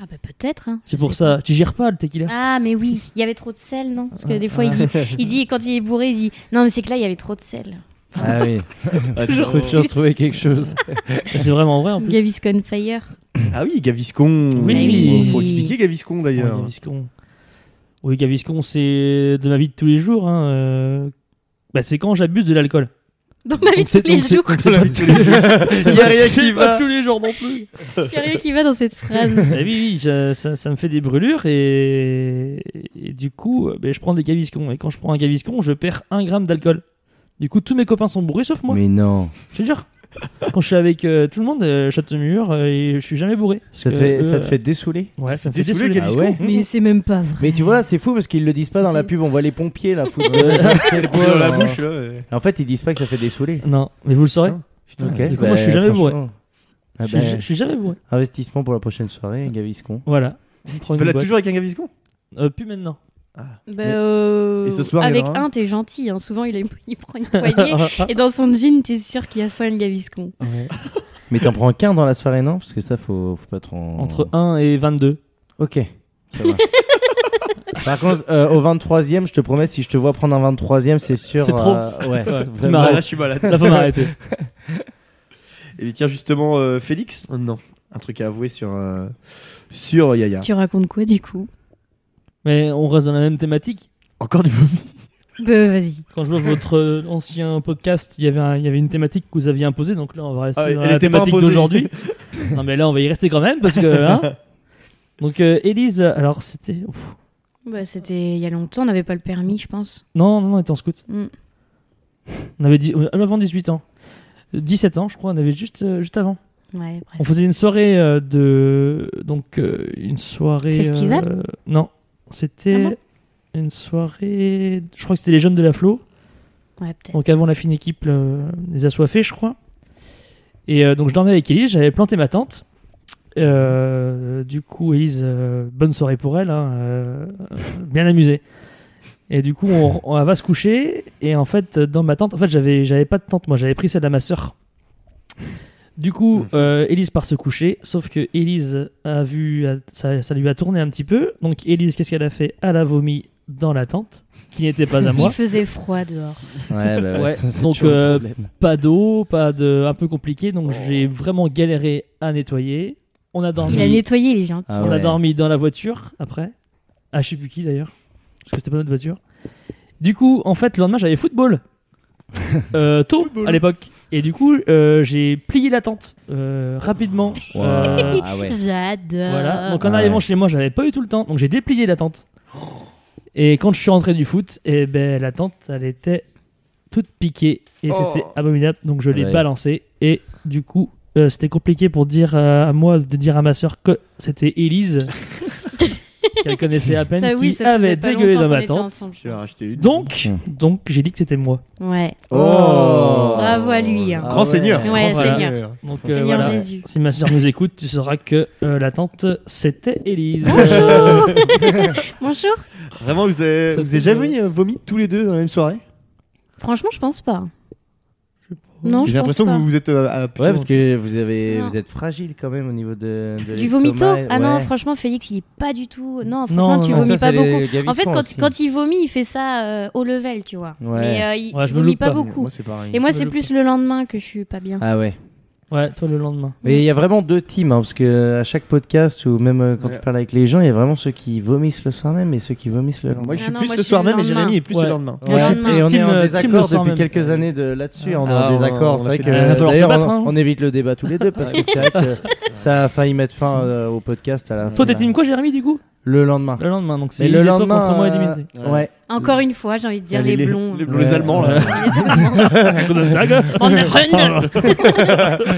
Ah, bah, peut-être. hein. C'est Je pour sais ça. Tu gères pas le tequila. Ah, mais oui, il y avait trop de sel, non Parce que des fois, il dit, il dit, quand il est bourré, il dit Non, mais c'est que là, il y avait trop de sel. Ah oui. Ah, tu Toujours peux toujours plus. trouver quelque chose. C'est vraiment vrai en plus. Gaviscon Fire. Ah oui, Gaviscon. Oui. Faut expliquer Gaviscon Oui, d'ailleurs. Gaviscon. Oui, Gaviscon, c'est de ma vie de tous les jours. hein, euh, bah, c'est quand j'abuse de l'alcool. Dans ma vie Donc de c'est- tous les donc c'est- jours. donc c'est pas- Il y a rien qui C'est va. pas tous les jours non plus. Il y a rien qui va dans cette phrase. Bah oui, oui, ça, ça- ça me fait des brûlures et, et du coup, euh, bah, je prends des gaviscons. Et quand je prends un gaviscon, je perds un gramme d'alcool. Du coup, tous mes copains sont bourrés sauf moi. Mais non. Je te jure. Quand je suis avec euh, tout le monde, euh, Château-Mur, euh, et je suis jamais bourré. Ça te Euh, fait, euh, ça te fait dessouler Ouais, ça me fait T'es saoulé, dessouler. Gaviscon Ah ouais Mmh. Mais c'est même pas vrai. Mais tu vois, c'est fou parce qu'ils le disent pas Si, dans la si. pub. On voit les pompiers, la foudre. je sais quoi, Dans la hein. bouche. ouais. En fait, ils disent pas que ça fait dessouler. Non, mais vous le saurez. Putain, Ok. Ah, Du coup, moi, je suis jamais bourré. Ah je, suis- ben, je suis jamais bourré. Investissement pour la prochaine soirée, Gaviscon. Voilà. Tu peux là toujours avec un Gaviscon Euh, plus maintenant. Bah, Mais- euh, Et ce soir, il y en avec aura un un, t'es gentil. hein. Souvent, il, a- il prend une Ah, poignée. et dans son jean, t'es sûr qu'il y a cinq gaviscons. Mais t'en prends qu'un dans la soirée, non Parce que ça, faut, faut pas trop. en- Entre 1 et 22. Ok. ça va. Par contre, euh, au 23ème, je te promets, si je te vois prendre un 23ème, c'est sûr. C'est trop. euh, ouais. Tu vraiment. Ah, m'arrêtes. Là, je suis malade. La femme arrêtée. Et bien, tiens, justement, euh, Félix, euh, non, un truc à avouer sur, euh, sur Yaya. Tu racontes quoi du coup Mais on reste dans la même thématique. Encore du vomi. Bah, vas-y. Quand je vois votre euh, ancien podcast, il y avait un- il y avait une thématique que vous aviez imposée. Donc là, on va rester Ah, elle dans la était pas thématique imposée. d'aujourd'hui. non, mais là, on va y rester quand même parce que. hein. donc, euh, Élise, alors c'était. Ouf. Bah, c'était il y a longtemps, on n'avait pas le permis, je pense. Non, non, non, on était en scout. Mm. On avait dit. Avant 18 ans. 17 ans, je crois, on avait juste, euh, juste avant. Ouais, bref. On faisait une soirée euh, de donc euh, une soirée Festival euh, Non, c'était Ah bon une soirée. Je crois que c'était les jeunes de la Flo. Ouais, peut-être. Donc avant la fine équipe, le- les assoiffés, je crois. Et euh, donc je dormais avec Elise, j'avais planté ma tente. Euh, du coup, Elise, euh, bonne soirée pour elle, hein, euh, euh, bien amusée. Et du coup, on, on va se coucher. Et en fait, dans ma tente, en fait, j'avais, j'avais pas de tente, moi, j'avais pris celle de ma sœur. Du coup, euh, Elise part se coucher, sauf que Elise a vu, ça, ça lui a tourné un petit peu. Donc, Elise, qu'est-ce qu'elle a fait Elle a vomi dans la tente, qui n'était pas à moi. Il faisait froid dehors. Ouais, bah, Ouais, ça, c'est donc, toujours le euh, problème. Oh. pas d'eau, pas de, un peu compliqué, donc j'ai vraiment galéré à nettoyer. On a dormi, Il a nettoyé, il est gentil. Ah on a ouais. dormi dans la voiture après, à je sais plus qui d'ailleurs, parce que c'était pas notre voiture. Du coup, en fait, le lendemain, j'avais football. Euh, tôt à l'époque et du coup euh, j'ai plié la tente euh, rapidement Wow, Euh, ah ouais. J'adore. voilà donc Ah Euh, en ouais. arrivant chez moi j'avais pas eu tout le temps donc j'ai déplié la tente Et quand je suis rentré du foot, et ben, la tente, elle était toute piquée et c'était abominable. Donc je l'ai Oh. Ouais. balancée et du coup, euh, c'était compliqué pour dire euh, à moi de dire à ma soeur que c'était Élise qu'elle connaissait à peine Ça, qui oui, ça faisait avait pas dégueulé longtemps dans qu'on ma était tente. ensemble, je Tu vas pense. racheter une. Donc, Mm. donc j'ai dit que c'était moi. Ouais. Oh Bravo à lui. hein. Grand seigneur. ouais, voilà. Seigneur. Donc euh, Seigneur voilà. Jésus. Si ma soeur nous écoute, tu sauras que euh, la tante c'était Élise. Euh, Bonjour. Vraiment, vous avez, Ça vous fait avez jamais euh, vomi tous les deux dans la même soirée Franchement, je pense pas. Non, J'ai je pense l'impression que pas. vous vous êtes. euh, à- plutôt- Ouais, parce que vous, avez, Non. vous êtes fragile quand même au niveau de. de Du l'estomac, vomito Ah non, ouais. franchement, Félix, il est pas du tout. Non, franchement, Non, tu non, vomis Ça, pas c'est les beaucoup. En fait, gaviscons quand, aussi. quand il vomit, il fait ça euh, au level, tu vois. Ouais. Mais euh, il Ouais, je me vomit loupe pas, pas. beaucoup. Moi, c'est pareil. Et moi, Je me c'est loupe plus le lendemain que je suis pas bien. Ah ouais. Ouais, toi le lendemain. Mais il y a vraiment deux teams, hein, parce que à chaque podcast ou même euh, quand Ouais. tu parles avec les gens, il y a vraiment ceux qui vomissent le soir même et ceux qui vomissent le lendemain. Moi, je Ah suis non, plus moi, le je suis soir le même et lendemain. Jérémy est plus Ouais. le lendemain. Le Ouais, lendemain. et on est Team, en euh, team le désaccord soir depuis même. quelques années de là-dessus. Ah, on est on en a- désaccord. on a C'est vrai fait que des- Il va falloir se d'ailleurs, battre, on- hein. on, évite le débat tous les deux parce que c'est vrai que ça a failli mettre fin euh, au podcast à la Toi t'es fin. team quoi Jérémy du coup Le lendemain. Le lendemain, donc c'est Mais le Élise et toi lendemain. contre moi et euh, Dimitri. Ouais. Encore une fois, j'ai envie de dire Les- les, les- blonds. les- Les... les Allemands, là. Allemands. Bande de rundes.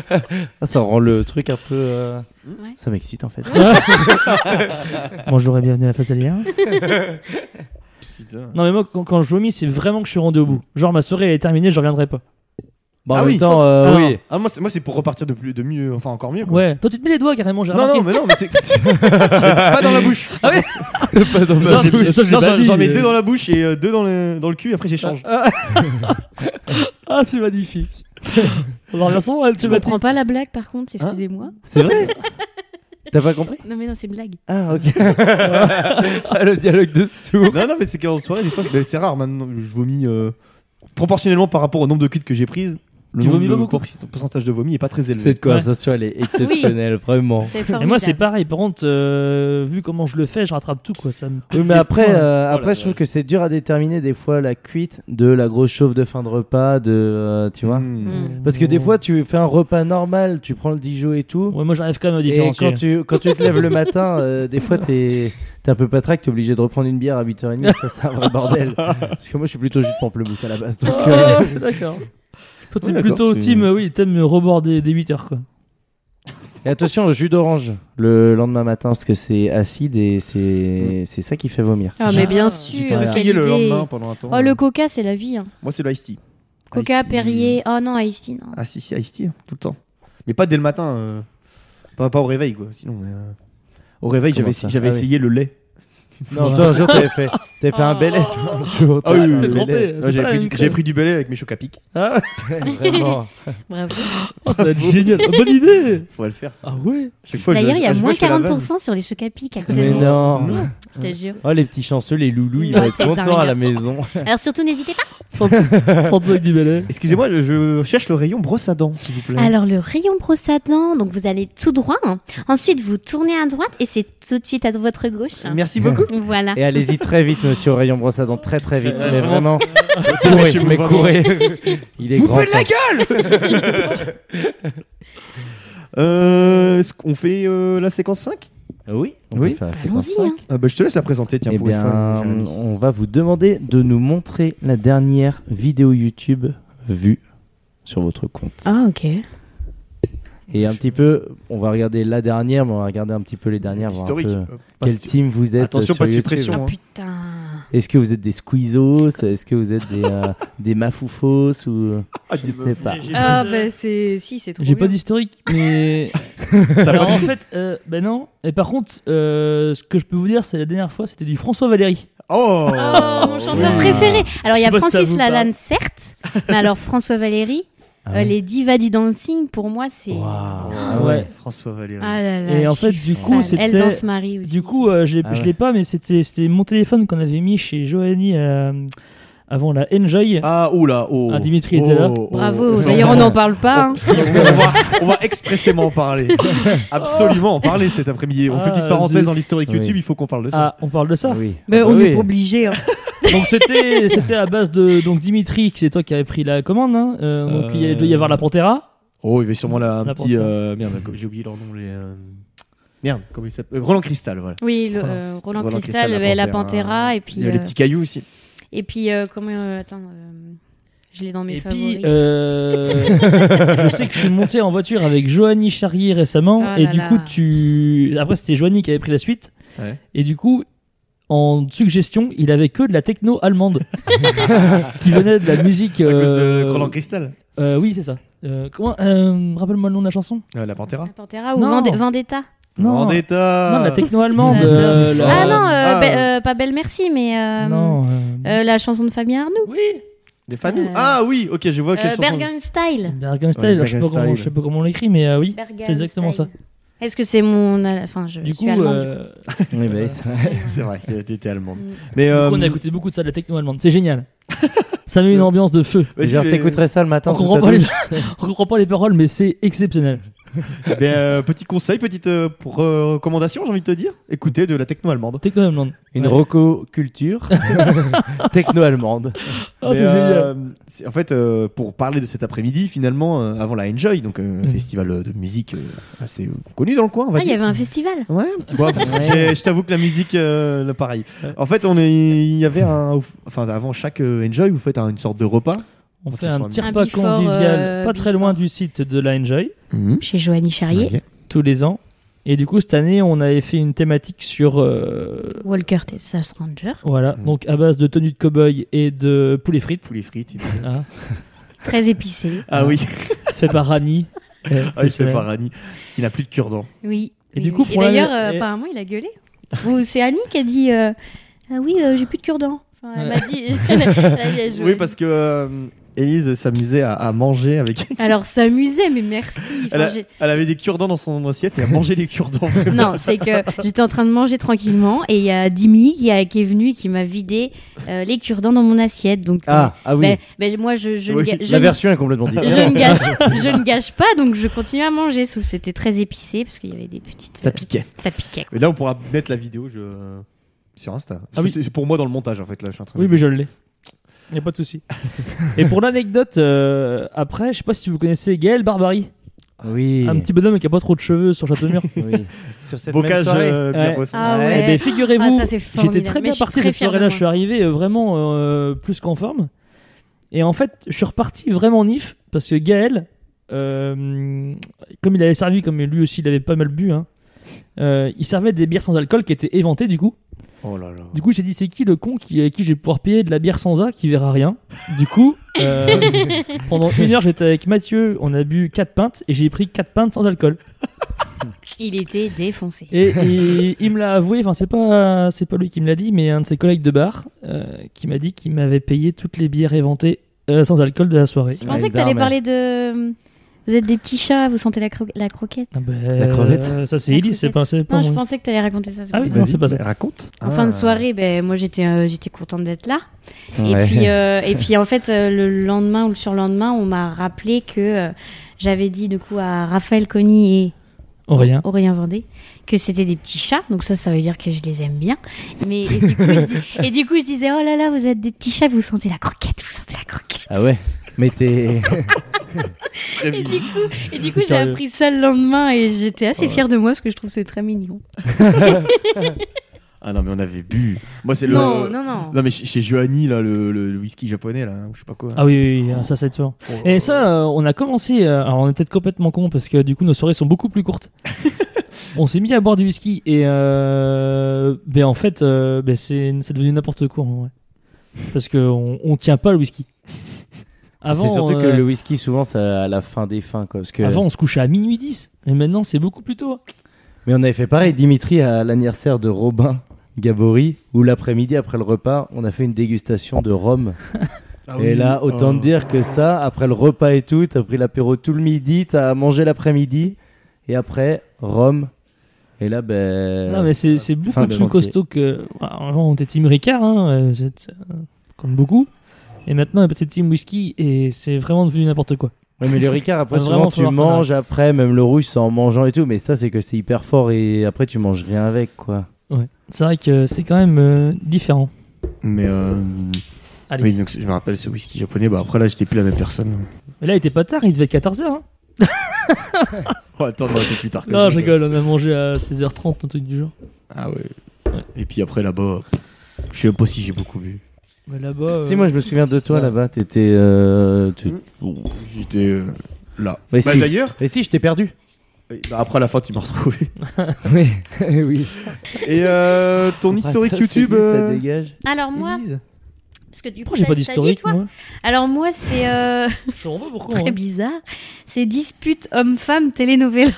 Ah, ça rend le truc un peu. euh, Ouais. Ça m'excite en fait. Bonjour et bienvenue à la Fatalière. non mais moi quand, quand je vomis c'est vraiment que je suis rendu au bout. Genre ma soirée elle est terminée, je reviendrai pas. Bon, Ah en même oui. temps, euh, Alors, oui. Ah, moi, c'est- moi, c'est pour repartir de, plus, de mieux, enfin encore mieux. Quoi. Ouais. Toi tu te mets les doigts carrément, j'ai Non, non, remarqué. mais non, mais c'est. pas dans la bouche. Ah ouais Pas dans Ça, la j'ai- bouche. ça, je l'ai Non, pas j'en- vu, J'en euh. mets deux dans la bouche et euh, deux dans le, dans le cul et après j'échange. Ah, ah, c'est magnifique. Alors la son elle te Je bat. comprends pas la blague, par contre, excusez-moi. Hein C'est vrai T'as pas compris Non, mais non, c'est une blague. Ah, ok. Ah, le dialogue de sourd. Non, non, mais c'est qu'en soirée, des fois, c'est- mais c'est rare maintenant. Je vomis euh, proportionnellement par rapport au nombre de cuites que j'ai prises. Le, Tu nombre- vomis pas le beaucoup por- pourcentage de vomi est pas très élevé. Cette conversation, elle est exceptionnelle, vraiment. C'est Et moi c'est formidable. pareil, par contre euh, vu comment je le fais, je rattrape tout quoi. Ça me... Oui, mais après, euh, Oh après là je trouve que c'est dur à déterminer des fois la cuite de la grosse chauffe de fin de repas, de, euh, tu vois. Hmm. Mm. Parce que des fois, tu fais un repas normal, tu prends le Dijon et tout. Ouais, moi j'arrive quand même à Et différencier. quand tu, quand tu te lèves le matin, euh, des fois t'es t'es un peu patraque, t'es obligé de reprendre une bière à 8h30, ça c'est un vrai bordel. Parce que moi je suis plutôt jus de pamplemousse à la base. Donc, euh, Ah, D'accord. Toi Oui, t'es d'accord, plutôt c'est- team euh, oui, t'aimes rebord des, 8 heures quoi. Et attention, le jus d'orange le lendemain matin parce que c'est acide et c'est c'est ça qui fait vomir. Ah, mais bien J'ai sûr. tout quelle essayé le idée. lendemain pendant un temps. euh, Oh, le coca, c'est la vie. hein. Moi, c'est le iced tea. Coca, Ice tea. Perrier. Oh non, Ice non. Ah, si, si, iced tea, tout le temps. Mais pas dès le matin. euh, Pas, pas au réveil, quoi. Sinon, mais, euh, Au réveil, Comment j'avais ça j'avais Ah oui. essayé le lait. Non, toi un jour t'avais fait, t'avais fait un Oh. belay. tu vois, un jour, Ah oui, oui, t'as- un oui. T'es belay. trompé, Ouais, c'est pas la J'avais pris, même du- crème. j'avais pris du belay avec mes chocs à pic. Ah, Vraiment. Oh, Bravo. ça va être génial. Bonne idée. Faudrait le faire, ça. Ah ouais Chaque fois, je- D'ailleurs, il y à a chaque fois, moins je fais la vanne. 40% sur les chocs à pic Mais actuellement. non. Je te jure. Oh les petits chanceux, les loulous, ils Non, vont être c'est contents dingue. à la maison. Alors surtout, n'hésitez pas. Sente avec du balai. Excusez-moi, je, je cherche le rayon brosse à dents, s'il vous plaît. Alors le rayon brosse à dents, donc vous allez tout droit. hein. Ensuite, vous tournez à droite et c'est tout de suite à votre gauche. hein. Merci beaucoup. Voilà. Et allez-y très vite, monsieur au rayon brosse à dents, très très vite. Ouais, mais Euh, vraiment. vraiment, courez, Dépêchez-vous, mais vraiment. courez. Il est Vous grand. pouvez la Euh, Est-ce qu'on fait euh, la séquence 5 Oui, on Oui. peut faire la séquence Allons-y. cinq. hein. Ah bah, Je te laisse la présenter, tiens, Eh pour une fois. bien, Jérémy. on va vous demander de nous montrer la dernière vidéo YouTube vue sur votre compte. Ah ok. Et un petit peu, on va regarder la dernière, mais on va regarder un petit peu les dernières. voir un Historique. peu Hop. quel team vous êtes euh, Attention, pas sur de YouTube. suppression. hein. Ah, Putain. Est-ce que vous êtes des squeezos Est-ce que vous êtes des, euh, des mafoufos ou... Ah, Je ne sais pas. Ah bah c'est si c'est trop. J'ai bien. pas d'historique, mais. Alors, en fait, euh, ben non. Et par contre, euh, ce que je peux vous dire, c'est la dernière fois, c'était du François Valéry. Oh Oh, mon chanteur Oui. préféré. Alors il y Je sais a pas si ça Francis vous Lalanne parle. certes, mais alors François Valéry, Ah euh, ouais. les divas du dancing pour moi c'est. Waouh. Ah ouais. François Valéry. Ah là là. Et en je fait, suis du coup, fan. elle c'était- danse Marie aussi. Du coup, euh, je l'ai Ah je ouais. l'ai pas, mais c'était c'était mon téléphone qu'on avait mis chez Joanie euh, avant la Enjoy. Ah, oh là, oh. Ah, Dimitri était là. Bravo. D'ailleurs on n'en parle pas. hein. Oh, si, on, va, on va expressément en parler. Absolument en parler cet après-midi. On fait une Ah, petite parenthèse zut. dans l'historique Oui. YouTube, il faut qu'on parle de ça. Ah, on parle de ça. oui. Mais Ah on bah n'est oui. pas obligé. hein. Donc c'était c'était à base de donc Dimitri, que c'est toi qui avais pris la commande. hein. Euh, donc il y a- il doit y avoir la Pantera. Oh, il y avait sûrement là un La petit. panthère. euh, merde, j'ai oublié leur nom. Les, euh, Merde, comment il s'appelle Euh, Roland Cristal, voilà. Oui, le, Roland- euh, Roland, Roland Cristal, Cristal, euh, la la Panthéra, Pantera, et hein. Il puis y a les euh, petits cailloux aussi. et puis euh, comment euh, attends, euh, je l'ai dans mes Et favoris. puis, euh, je sais que je suis monté en voiture avec Joanie Charrier récemment. Ah et là du là. coup, tu. Après, c'était Joanie qui avait pris la suite. Ouais. Et du coup, en suggestion, il avait que de la techno allemande qui venait de la musique. À cause euh, de Roland Cristal. euh, oui, c'est ça. Euh, comment euh, Rappelle-moi le nom de la chanson. Euh, la Pantera. La Pantera ou Non. Vende- Vendetta Vendetta. Non, la techno allemande. Ça, euh, non. la- Ah non, euh, Ah, Be- euh, pas Belle Merci, mais euh, Non. euh, euh, la chanson de Fabien Arnoux. Oui. Des fans. nous. Euh, Ah oui, ok, je vois quelle Euh, chanson. Bergen Style. Bergenstein, Ouais, alors, je sais pas Bergenstein. comment- je sais pas comment on l'écrit, mais euh, oui, Bergen c'est exactement ça. Style. Est-ce que c'est mon. euh, Enfin, je Du suis coup, allemande, du euh, Eh bah, ben, C'est vrai, t'étais allemande. Mm. Mais Du euh, coup, on a écouté beaucoup de ça de la techno allemande. C'est génial. ça met une ambiance de feu. vas-y, Genre, mais- t'écouterais ça le matin. On sous comprend, ta pas les... douche. on comprend pas les paroles, mais c'est exceptionnel. mais, euh, petit conseil, petite euh, pour, euh, recommandation, j'ai envie de te dire. Écoutez de la techno allemande. Techno allemande. Une Ouais. roco culture techno-allemande. Ah, Mais, c'est génial. euh, c'est- En fait, euh, pour parler de cet après-midi, finalement, euh, avant la Enjoy, donc euh, Mm. un festival euh, de musique euh, assez euh, connu dans le coin, on va Ah, il y dire. avait un festival. Ouais, un petit- bon, j'ai- je t'avoue que la musique, euh, là, pareil. En fait, on est, il y avait un, enfin, avant chaque euh, Enjoy, vous faites un- une sorte de repas. On quand fait ils un sont petit amis. repas Un before, convivial, euh, pas très before. loin du site de la Enjoy, Chez Joanie Charrier. Ok. tous les ans. Et du coup, cette année, on avait fait une thématique sur. euh, Walker Texas Ranger. Voilà, Mm. donc à base de tenues de cow-boy et de poulet frites, Tous les frites. hein, Très épicé. Ah oui, fait par Rani. Eh, ah, il exceptionnel. fait par Annie. Il n'a plus de cure-dent. Oui. Et du coup, oui. pour la- d'ailleurs, euh, et- apparemment, il a gueulé. Ou c'est Annie qui a dit euh, Ah oui, euh, j'ai plus de cure-dent. Enfin, elle m'a dit. elle a dit à Joanie. Oui, parce que euh, Élise s'amusait à, à manger avec. Alors, s'amusait, mais merci. Enfin, Elle, a- j'ai- elle avait des cure-dents dans son assiette et elle mangeait les cure-dents. Non, c'est que j'étais en train de manger tranquillement et il y a Dimi qui, a- qui est venu et qui m'a vidé euh, les cure-dents dans mon assiette. Donc, Ah, ah euh, oui. ben- ben, moi, je, je, ne Oui, ga- je La ne- version est complètement je différente. ne gâche, je ne gâche pas, donc je continue à manger. Sauf que c'était très épicé parce qu'il y avait des petites. Ça euh, piquait. ça piquait. quoi. Mais là, on pourra mettre la vidéo je- sur Insta. Ah oui. C'est c'est pour moi dans le montage, en fait. Là, je suis en train de- Oui, mais je l'ai. Il n'y a pas de souci. Et pour l'anecdote, euh, après, je sais pas si vous connaissez Gaël Barbary, Oui. un petit bonhomme qui a pas trop de cheveux sur Châteauneuf. Oui. Sur cette même Bocage soirée. euh, bien Ouais. bossé. Ah Ouais. ouais. Eh ben, figurez-vous, Ah, ça, c'est j'étais formidable. très Mais bien je suis parti très cette fière de soirée-là. moi. Je suis arrivé euh, vraiment euh, plus qu'en forme. Et en fait, je suis reparti vraiment nif parce que Gaël, euh, comme il avait servi, comme lui aussi il avait pas mal bu, hein, euh, il servait des bières sans alcool qui étaient éventées du coup. Oh là là. Du coup, j'ai dit c'est qui le con qui, à qui je vais pouvoir payer de la bière sans A qui verra rien. Du coup, euh, pendant une heure, j'étais avec Mathieu, on a bu 4 pintes et j'ai pris 4 pintes sans alcool. Il était défoncé. Et, et il me l'a avoué, enfin c'est pas c'est pas lui qui me l'a dit, mais un de ses collègues de bar euh, qui m'a dit qu'il m'avait payé toutes les bières éventées euh, sans alcool de la soirée. Je pensais que t'allais parler de. euh, Vous êtes des petits chats, vous sentez la, cro- la croquette. Ah ben, La crevette euh, Ça c'est La Elise, c'est crevette. pas, c'est pas Non, je moi. pensais que t'allais raconter ça. c'est Ah pour oui, ça. non, Vas-y, c'est pas ça. bah, Raconte. En fin de Ah. soirée, ben, moi j'étais euh, j'étais contente d'être là. Ouais. Et, puis, euh, et puis en fait, euh, le lendemain ou le surlendemain, on m'a rappelé que euh, j'avais dit du coup à Raphaël Conny Aurélien. et Aurélien Vendée que c'était des petits chats. Donc ça, ça veut dire que je les aime bien. Mais, et, du coup, je dis- et du coup, je disais Oh là là, vous êtes des petits chats, vous sentez la croquette, vous sentez la croquette. Ah ouais. Mais t'es. Très Et vite. du coup, et du coup j'ai curieux. appris ça le lendemain et j'étais assez fière de moi parce que je trouve que c'est très mignon. Ah non, mais on avait bu. Moi, c'est le. Euh, Non, non, non. Non, mais chez- chez Johanny, là, le, le- le whisky japonais, là, hein, ou je sais pas quoi. Ah oui, oui, oui, Oh. ah, ça c'est sûr. Oh. Et ça, euh, on a commencé. euh, alors, on est peut-être complètement con parce que du coup, nos soirées sont beaucoup plus courtes. on s'est mis à boire du whisky et euh, ben, en fait, euh, ben, c'est c'est devenu n'importe quoi. en vrai. Parce qu'on on tient pas le whisky. Avant, C'est surtout euh, que le whisky, souvent, c'est à la fin des fins. Quoi, parce que... avant, on se couchait à minuit 10. Mais maintenant, c'est beaucoup plus tôt. Mais on avait fait pareil, Dimitri, à l'anniversaire de Robin Gabory, où l'après-midi, après le repas, on a fait une dégustation de rhum. Ah et oui. là, autant Oh. te dire que ça, après le repas et tout, t'as pris l'apéro tout le midi, t'as mangé l'après-midi, et après, rhum. Et là, ben. Non, mais c'est c'est beaucoup de plus chantier. costaud que. Alors, Avant, on était Team Ricard, hein, euh, c'est- euh, comme beaucoup. Et maintenant, on est passé Team Whisky et c'est vraiment devenu n'importe quoi. Ouais, mais le Ricard, après, Ah, souvent, vraiment, tu faut voir manges après, même le rouge, c'est en mangeant et tout, mais ça, c'est que c'est hyper fort, et après, tu manges rien avec, quoi. Ouais. C'est vrai que c'est quand même euh, différent. Mais euh, Allez. oui, donc je me rappelle ce whisky japonais. Bah après là, j'étais plus la même personne. Mais là, il était pas tard, il devait être 14h. On va attendre un peu plus Euh, tard. que hein. Non, ça. je rigole, on a mangé à 16h30, un truc du genre. Ah ouais. Ouais. Et puis après là-bas, je sais même pas si j'ai beaucoup bu. Mais là-bas. euh, Si, moi, je me souviens de toi Ouais. là-bas. T'étais. euh, tu- J'étais euh, là. Mais Bah, si. d'ailleurs, Mais si, je t'ai perdu. euh, bah, après la fin, tu m'as retrouvé. oui. oui. Et euh, ton historique YouTube. Ça euh, dégage. Alors moi, Élise parce que du coup, Pourquoi j'ai t'as- t'as pas dit, d'historique, toi moi Alors moi, c'est euh, Je comprends pas pourquoi. très hein. bizarre. C'est dispute homme-femme telenovela.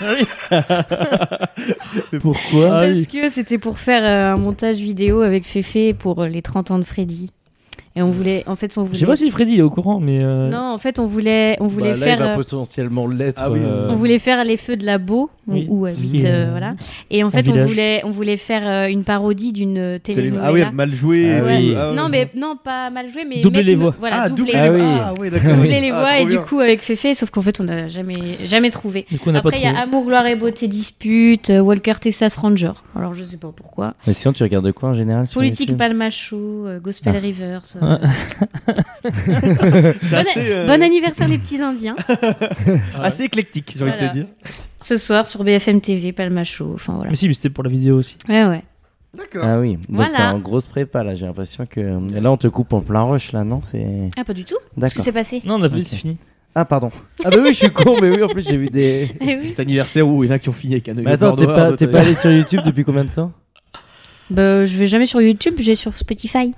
Ah oui. Pourquoi Ah parce oui. que c'était pour faire euh, un montage vidéo avec Féfé pour euh, les 30 ans de Freddy. Et on voulait, en fait, on Je voulait. sais pas si Freddy il est au courant, mais. euh, Non, en fait, on voulait, on voulait Bah, là, faire. il va euh, potentiellement l'être. Ah oui, euh, On voulait faire les feux de la Beau, Oui, où parce habite, qu'il y a- euh, voilà. Et en c'est un fait, on village. voulait, on voulait faire euh, une parodie d'une euh, Télé- telenovela. Ah ouais, mal joué. et Ah tout. oui. ouais. Non, mais non, pas mal joué, mais Doubler mettre les nos- voix. Voilà, ah, doubler, doublé les les voix. voix, Ah Ah ouais, d'accord. doubler les Ah, voix trop et bien. du coup avec Féfé, sauf qu'en fait, on n'a jamais, jamais trouvé. Du coup, on a pas Après, il y a trouvé. Amour, Gloire et Beauté, Dispute, euh, Walker Texas Ranger. Alors, je sais pas pourquoi. Mais sinon, tu regardes quoi en général sur Politique YouTube Palma Show, euh, Gospel Ah. Rivers. euh, Ah. C'est Bon- assez, euh, Bon anniversaire, les petits Indiens. assez éclectique, j'ai envie de Voilà. te dire. Ce soir sur BFM TV, Palma Show. Enfin, voilà. Mais si, mais c'était pour la vidéo aussi. Ouais, ouais. D'accord. Ah oui. Donc Voilà. t'es en grosse prépa là. J'ai l'impression que et là, on te coupe en plein rush là, non C'est. Ah, pas du tout Qu'est-ce qui D'accord. s'est passé Non, on a pas vu, Ok. c'est fini. Ah pardon. Ah bah oui, je suis con. Mais oui, en plus j'ai vu des. Eh oui. Cet anniversaire où il y en a qui ont fini avec un œil Mais attends, au t'es bord noir, pas, t'es d'autres pas avec- allé sur YouTube depuis combien de temps Bah, je vais jamais sur YouTube, j'ai sur Spotify.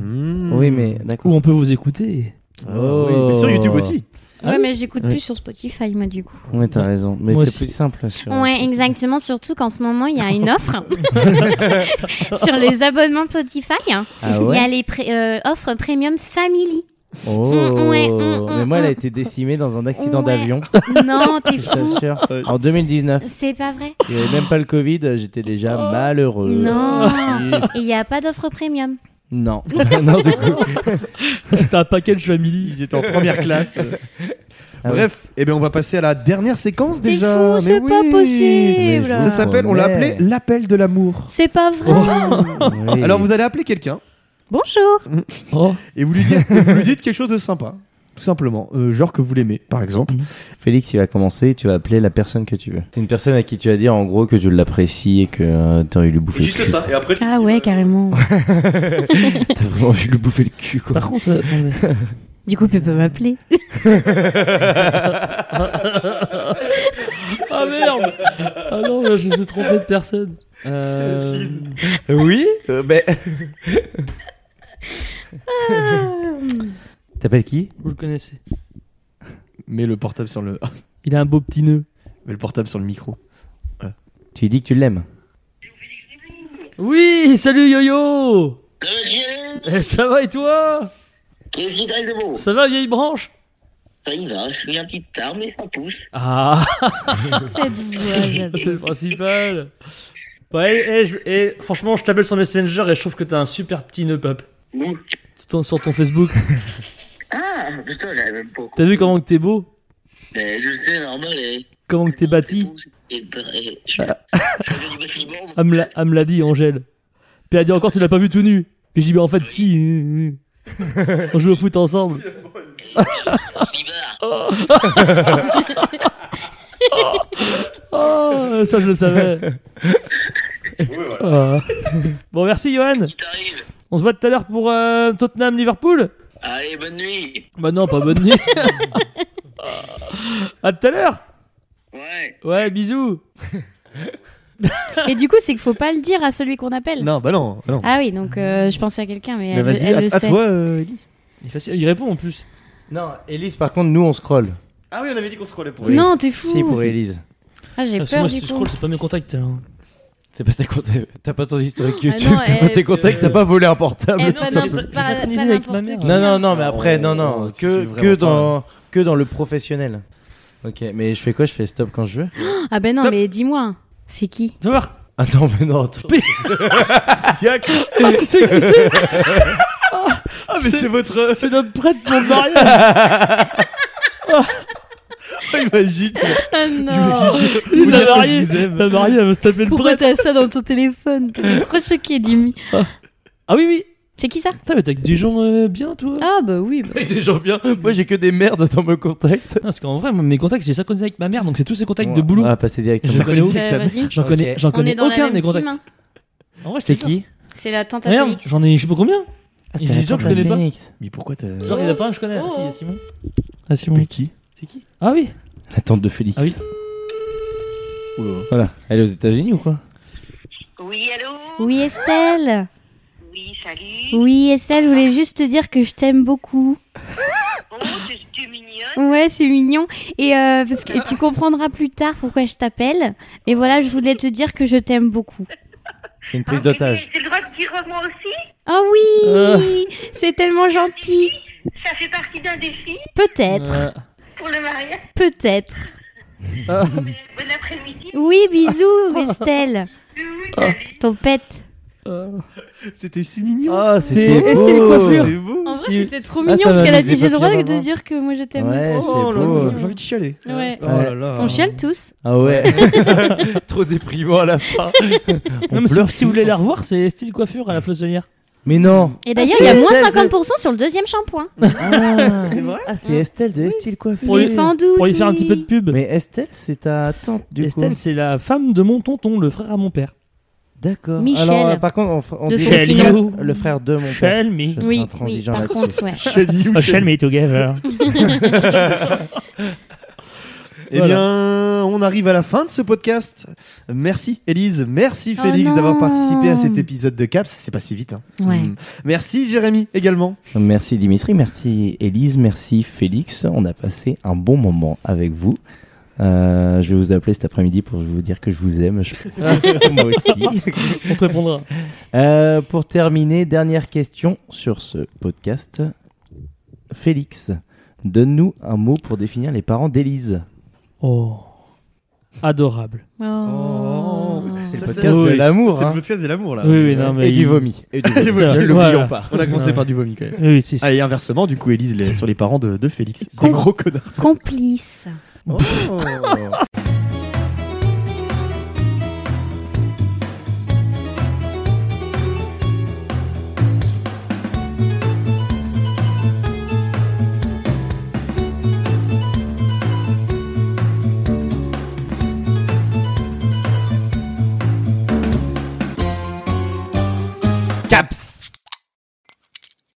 Mmh. Oui, mais Oh. d'accord. Ou on peut vous écouter. Ah oui, mais Sur YouTube aussi. Ah ouais, oui mais j'écoute Oui. plus sur Spotify, moi, du coup. Ouais, t'as raison. Mais Moi c'est aussi. plus simple sur. Ouais, exactement. Surtout qu'en ce moment, il y a une offre sur les abonnements Spotify. hein. Ah Il y ouais. a les pré- euh, offres premium family. Mm, Oh. ouais, mm, mm, Mais moi, elle a mm. été décimée dans un accident Ouais. d'avion. Non, t'es Je fou. t'assure. En 2019, C'est pas vrai. Oh. il n'y avait même pas le Covid, j'étais déjà malheureux. Non. Oui. Et il n'y a pas d'offre premium. Non. non, du coup. C'était un package family. Ils étaient en première classe. Ah Bref, eh ben on va passer à la dernière séquence T'es déjà. fou, Mais c'est pas oui. possible. Mais je- Ça s'appelle, on l'a Promets. appelé l'appel de l'amour. C'est pas vrai. Oh. Oui. Alors vous allez appeler quelqu'un Bonjour. Oh, et vous lui, dites, vous lui dites quelque chose de sympa, tout simplement, Euh, genre que vous l'aimez, par exemple. Félix, il va commencer, tu vas appeler la personne que tu veux. C'est une personne à qui tu vas dire en gros que tu l'apprécies et que t'as envie de lui bouffer le cul. et après. Ah ouais, carrément. T'as vraiment envie de lui bouffer le cul, quoi. par contre, euh, attendez. Du coup, tu peux m'appeler. Ah merde Ah non, mais je me suis trompé de personne. Euh... Oui Euh, mais... T'appelles qui Vous le connaissez. Mets le portable sur le, Il a un beau petit nœud. mets le portable sur le micro. Tu lui dis que tu l'aimes. Oui, salut Yo-Yo Euh, Thierry, Eh, Ça va et toi Qu'est-ce qui t'arrive de beau Ça va, vieille branche Ça y va, je suis un petit tard, mais ça pousse. Ah, Cette voix, j'adore. c'est le principal. Ouais, eh, je- eh, franchement, je t'appelle sur Messenger et je trouve que t'as un super petit nœud, pap. Ouh. Sur ton, sur ton Facebook. Ah, putain, j'avais même pas. T'as vu comment que t'es beau Mais je sais, normal. eh. Et... Comment que t'es bâti Et, et- eh, je Ah. je fais du bâtiment. moi. Elle me l'a- elle me l'a dit, Angèle. Puis elle a dit encore, tu l'as pas vu tout nu. Puis j'ai dit, mais en fait, si. euh, euh. On joue au foot ensemble. Ah. Bibard. Oh, ça, je le savais. Ah. Bon, merci, Johan. Qui t'arrive On se voit tout à l'heure pour euh, Tottenham-Liverpool Allez, bonne nuit. Bah, non, pas bonne nuit. à tout à l'heure. Ouais. Ouais, bisous. Et du coup, c'est qu'il faut pas le dire à celui qu'on appelle. Non, bah non, bah non. Ah oui, donc euh, je pensais à quelqu'un, mais, Mais elle, vas-y, elle le à, à sait. toi, euh, Elise. Il, est facile- il répond en plus. Non, Elise, par contre, nous on scroll. Ah oui, on avait dit qu'on se croyait pour. Oui. Non, t'es fou. Si, pour Elise. Ah, j'ai Ah, parce que peur moi, du si coup. tu scrolls, c'est pas mes contacts. hein. C'est pas ta contact- T'as pas ton historique YouTube, non, t'as pas eh, tes contacts, t'as pas volé un portable. Eh, non, pas c'est- n'importe- c'est- pas- c'est pas synchronisé avec ma n'importe mère. qui. Non, non, non, mais après, Oh, non, non. si tu Que, veux vraiment que, pas. dans, que dans le professionnel. Ok, mais je fais quoi Je fais stop quand je veux Ah ben non, Top. mais dis-moi, c'est qui Tu vas voir. Attends, mais non, attends. Ah, tu sais qui c'est Ah mais c'est votre C'est notre prêtre pour le mariage. magique. Ah non Il Vous l'a dire que marié. je vous aime. La mariée, elle va se taper le Pourquoi prêtre. t'as ça dans ton téléphone T'es trop choqué, Dimi. Ah oui, oui. C'est qui ça Putain, mais t'as que des gens euh, bien, toi Ah bah oui. bah. Avec des gens bien. Moi, j'ai que des merdes dans mes contacts. Non, Parce qu'en vrai, moi, mes contacts, j'ai ça connecté avec ma mère, donc c'est tous ces contacts de boulot. On va ah, passer Je directement. les connais Sarkozy, aucun. Euh, ta mère. vas-y. J'en connais, j'en On est connais dans la aucun de même mes team. contacts. hein. En vrai, je C'est te qui C'est la tante à Merde, Félix. j'en ai je sais pas combien. Ah, Il y a des gens que je connais pas. Phoenix. Mais pourquoi t'as. Genre, il y en a pas un que je connais. Ah, Oh. si, il y a Simon. Ah, Simon. qui C'est qui Ah oui La tante de Félix. Ah oui. Voilà. Elle est aux États-Unis ou quoi Oui, allô Oui Estelle. Oui, salut. Oui Estelle, je voulais juste te dire que je t'aime beaucoup. Oh, t'es- t'es mignonne. Ouais, c'est mignon. Et euh, parce que tu comprendras plus tard pourquoi je t'appelle. Mais voilà, je voulais te dire que je t'aime beaucoup. C'est une prise Ah, mais d'otage. J'ai le droit de dire moi aussi Oh oui, Euh. c'est tellement gentil. Ça fait partie d'un défi Peut-être, Euh, pour le mariage. peut-être. Bon après-midi. Oui, bisous Estelle. Ah. Ton pète. C'était si mignon. Ah, c'est- eh, c'est une coiffure. C'est beau. En vrai, Si- c'était trop Ah, mignon ça parce va, qu'elle a mais dit des j'ai le droit papiers de avant. dire que moi je t'aime. Ouais, Oh c'est là beau. là, J'ai envie de chialer. Ouais. Oh là là. On chiale tous. Ah ouais. Trop déprimant à la fin. Non, mais si, pleure si vous voulez la revoir, c'est style coiffure à la flosselière. Mais non. Et d'ailleurs, il y a moins 50% sur le deuxième shampoing. Ah, C'est vrai Ah, c'est Estelle de Estelle Coiffure. Pour Mais lui- sans doute. Pour lui faire un petit peu de oui. pub. Mais Estelle, c'est ta tante du Estelle, coup. c'est la femme de mon tonton, le frère à mon père. D'accord. Michel. Alors, euh, par contre, on, fr- on De dit son petit nom. le, le frère de mon père. Shell me. Je serai Oui, oui. intransigeant Par là-dessus. contre, ouais. Oh, Shell me together. Eh bien, on arrive à la fin de ce podcast. Merci Élise, merci Oh Félix non. d'avoir participé à cet épisode de Caps. C'est passé vite. hein. Ouais. Mm. Merci Jérémy également. Merci Dimitri, merci Élise, merci Félix. On a passé un bon moment avec vous. Euh, je vais vous appeler cet après-midi pour vous dire que je vous aime. Je pense que moi aussi. Ah, On te répondra. Euh, pour terminer, dernière question sur ce podcast. Félix, donne-nous un mot pour définir les parents d'Élise. Oh. Adorable. Oh. Mm. C'est le Ça, podcast c'est- de oui. l'amour. C'est hein. le podcast de l'amour là. Oui, oui, non, mais. Et du il- vomi. Et du vomi. Voilà. Ne l'oublions Voilà. pas. On a commencé Ouais. par du vomi quand même. Oui, oui, si, si. Ah, et inversement, du coup, Élise les- sur les parents de, de Félix. Des Con- gros connards. Complice. Oh.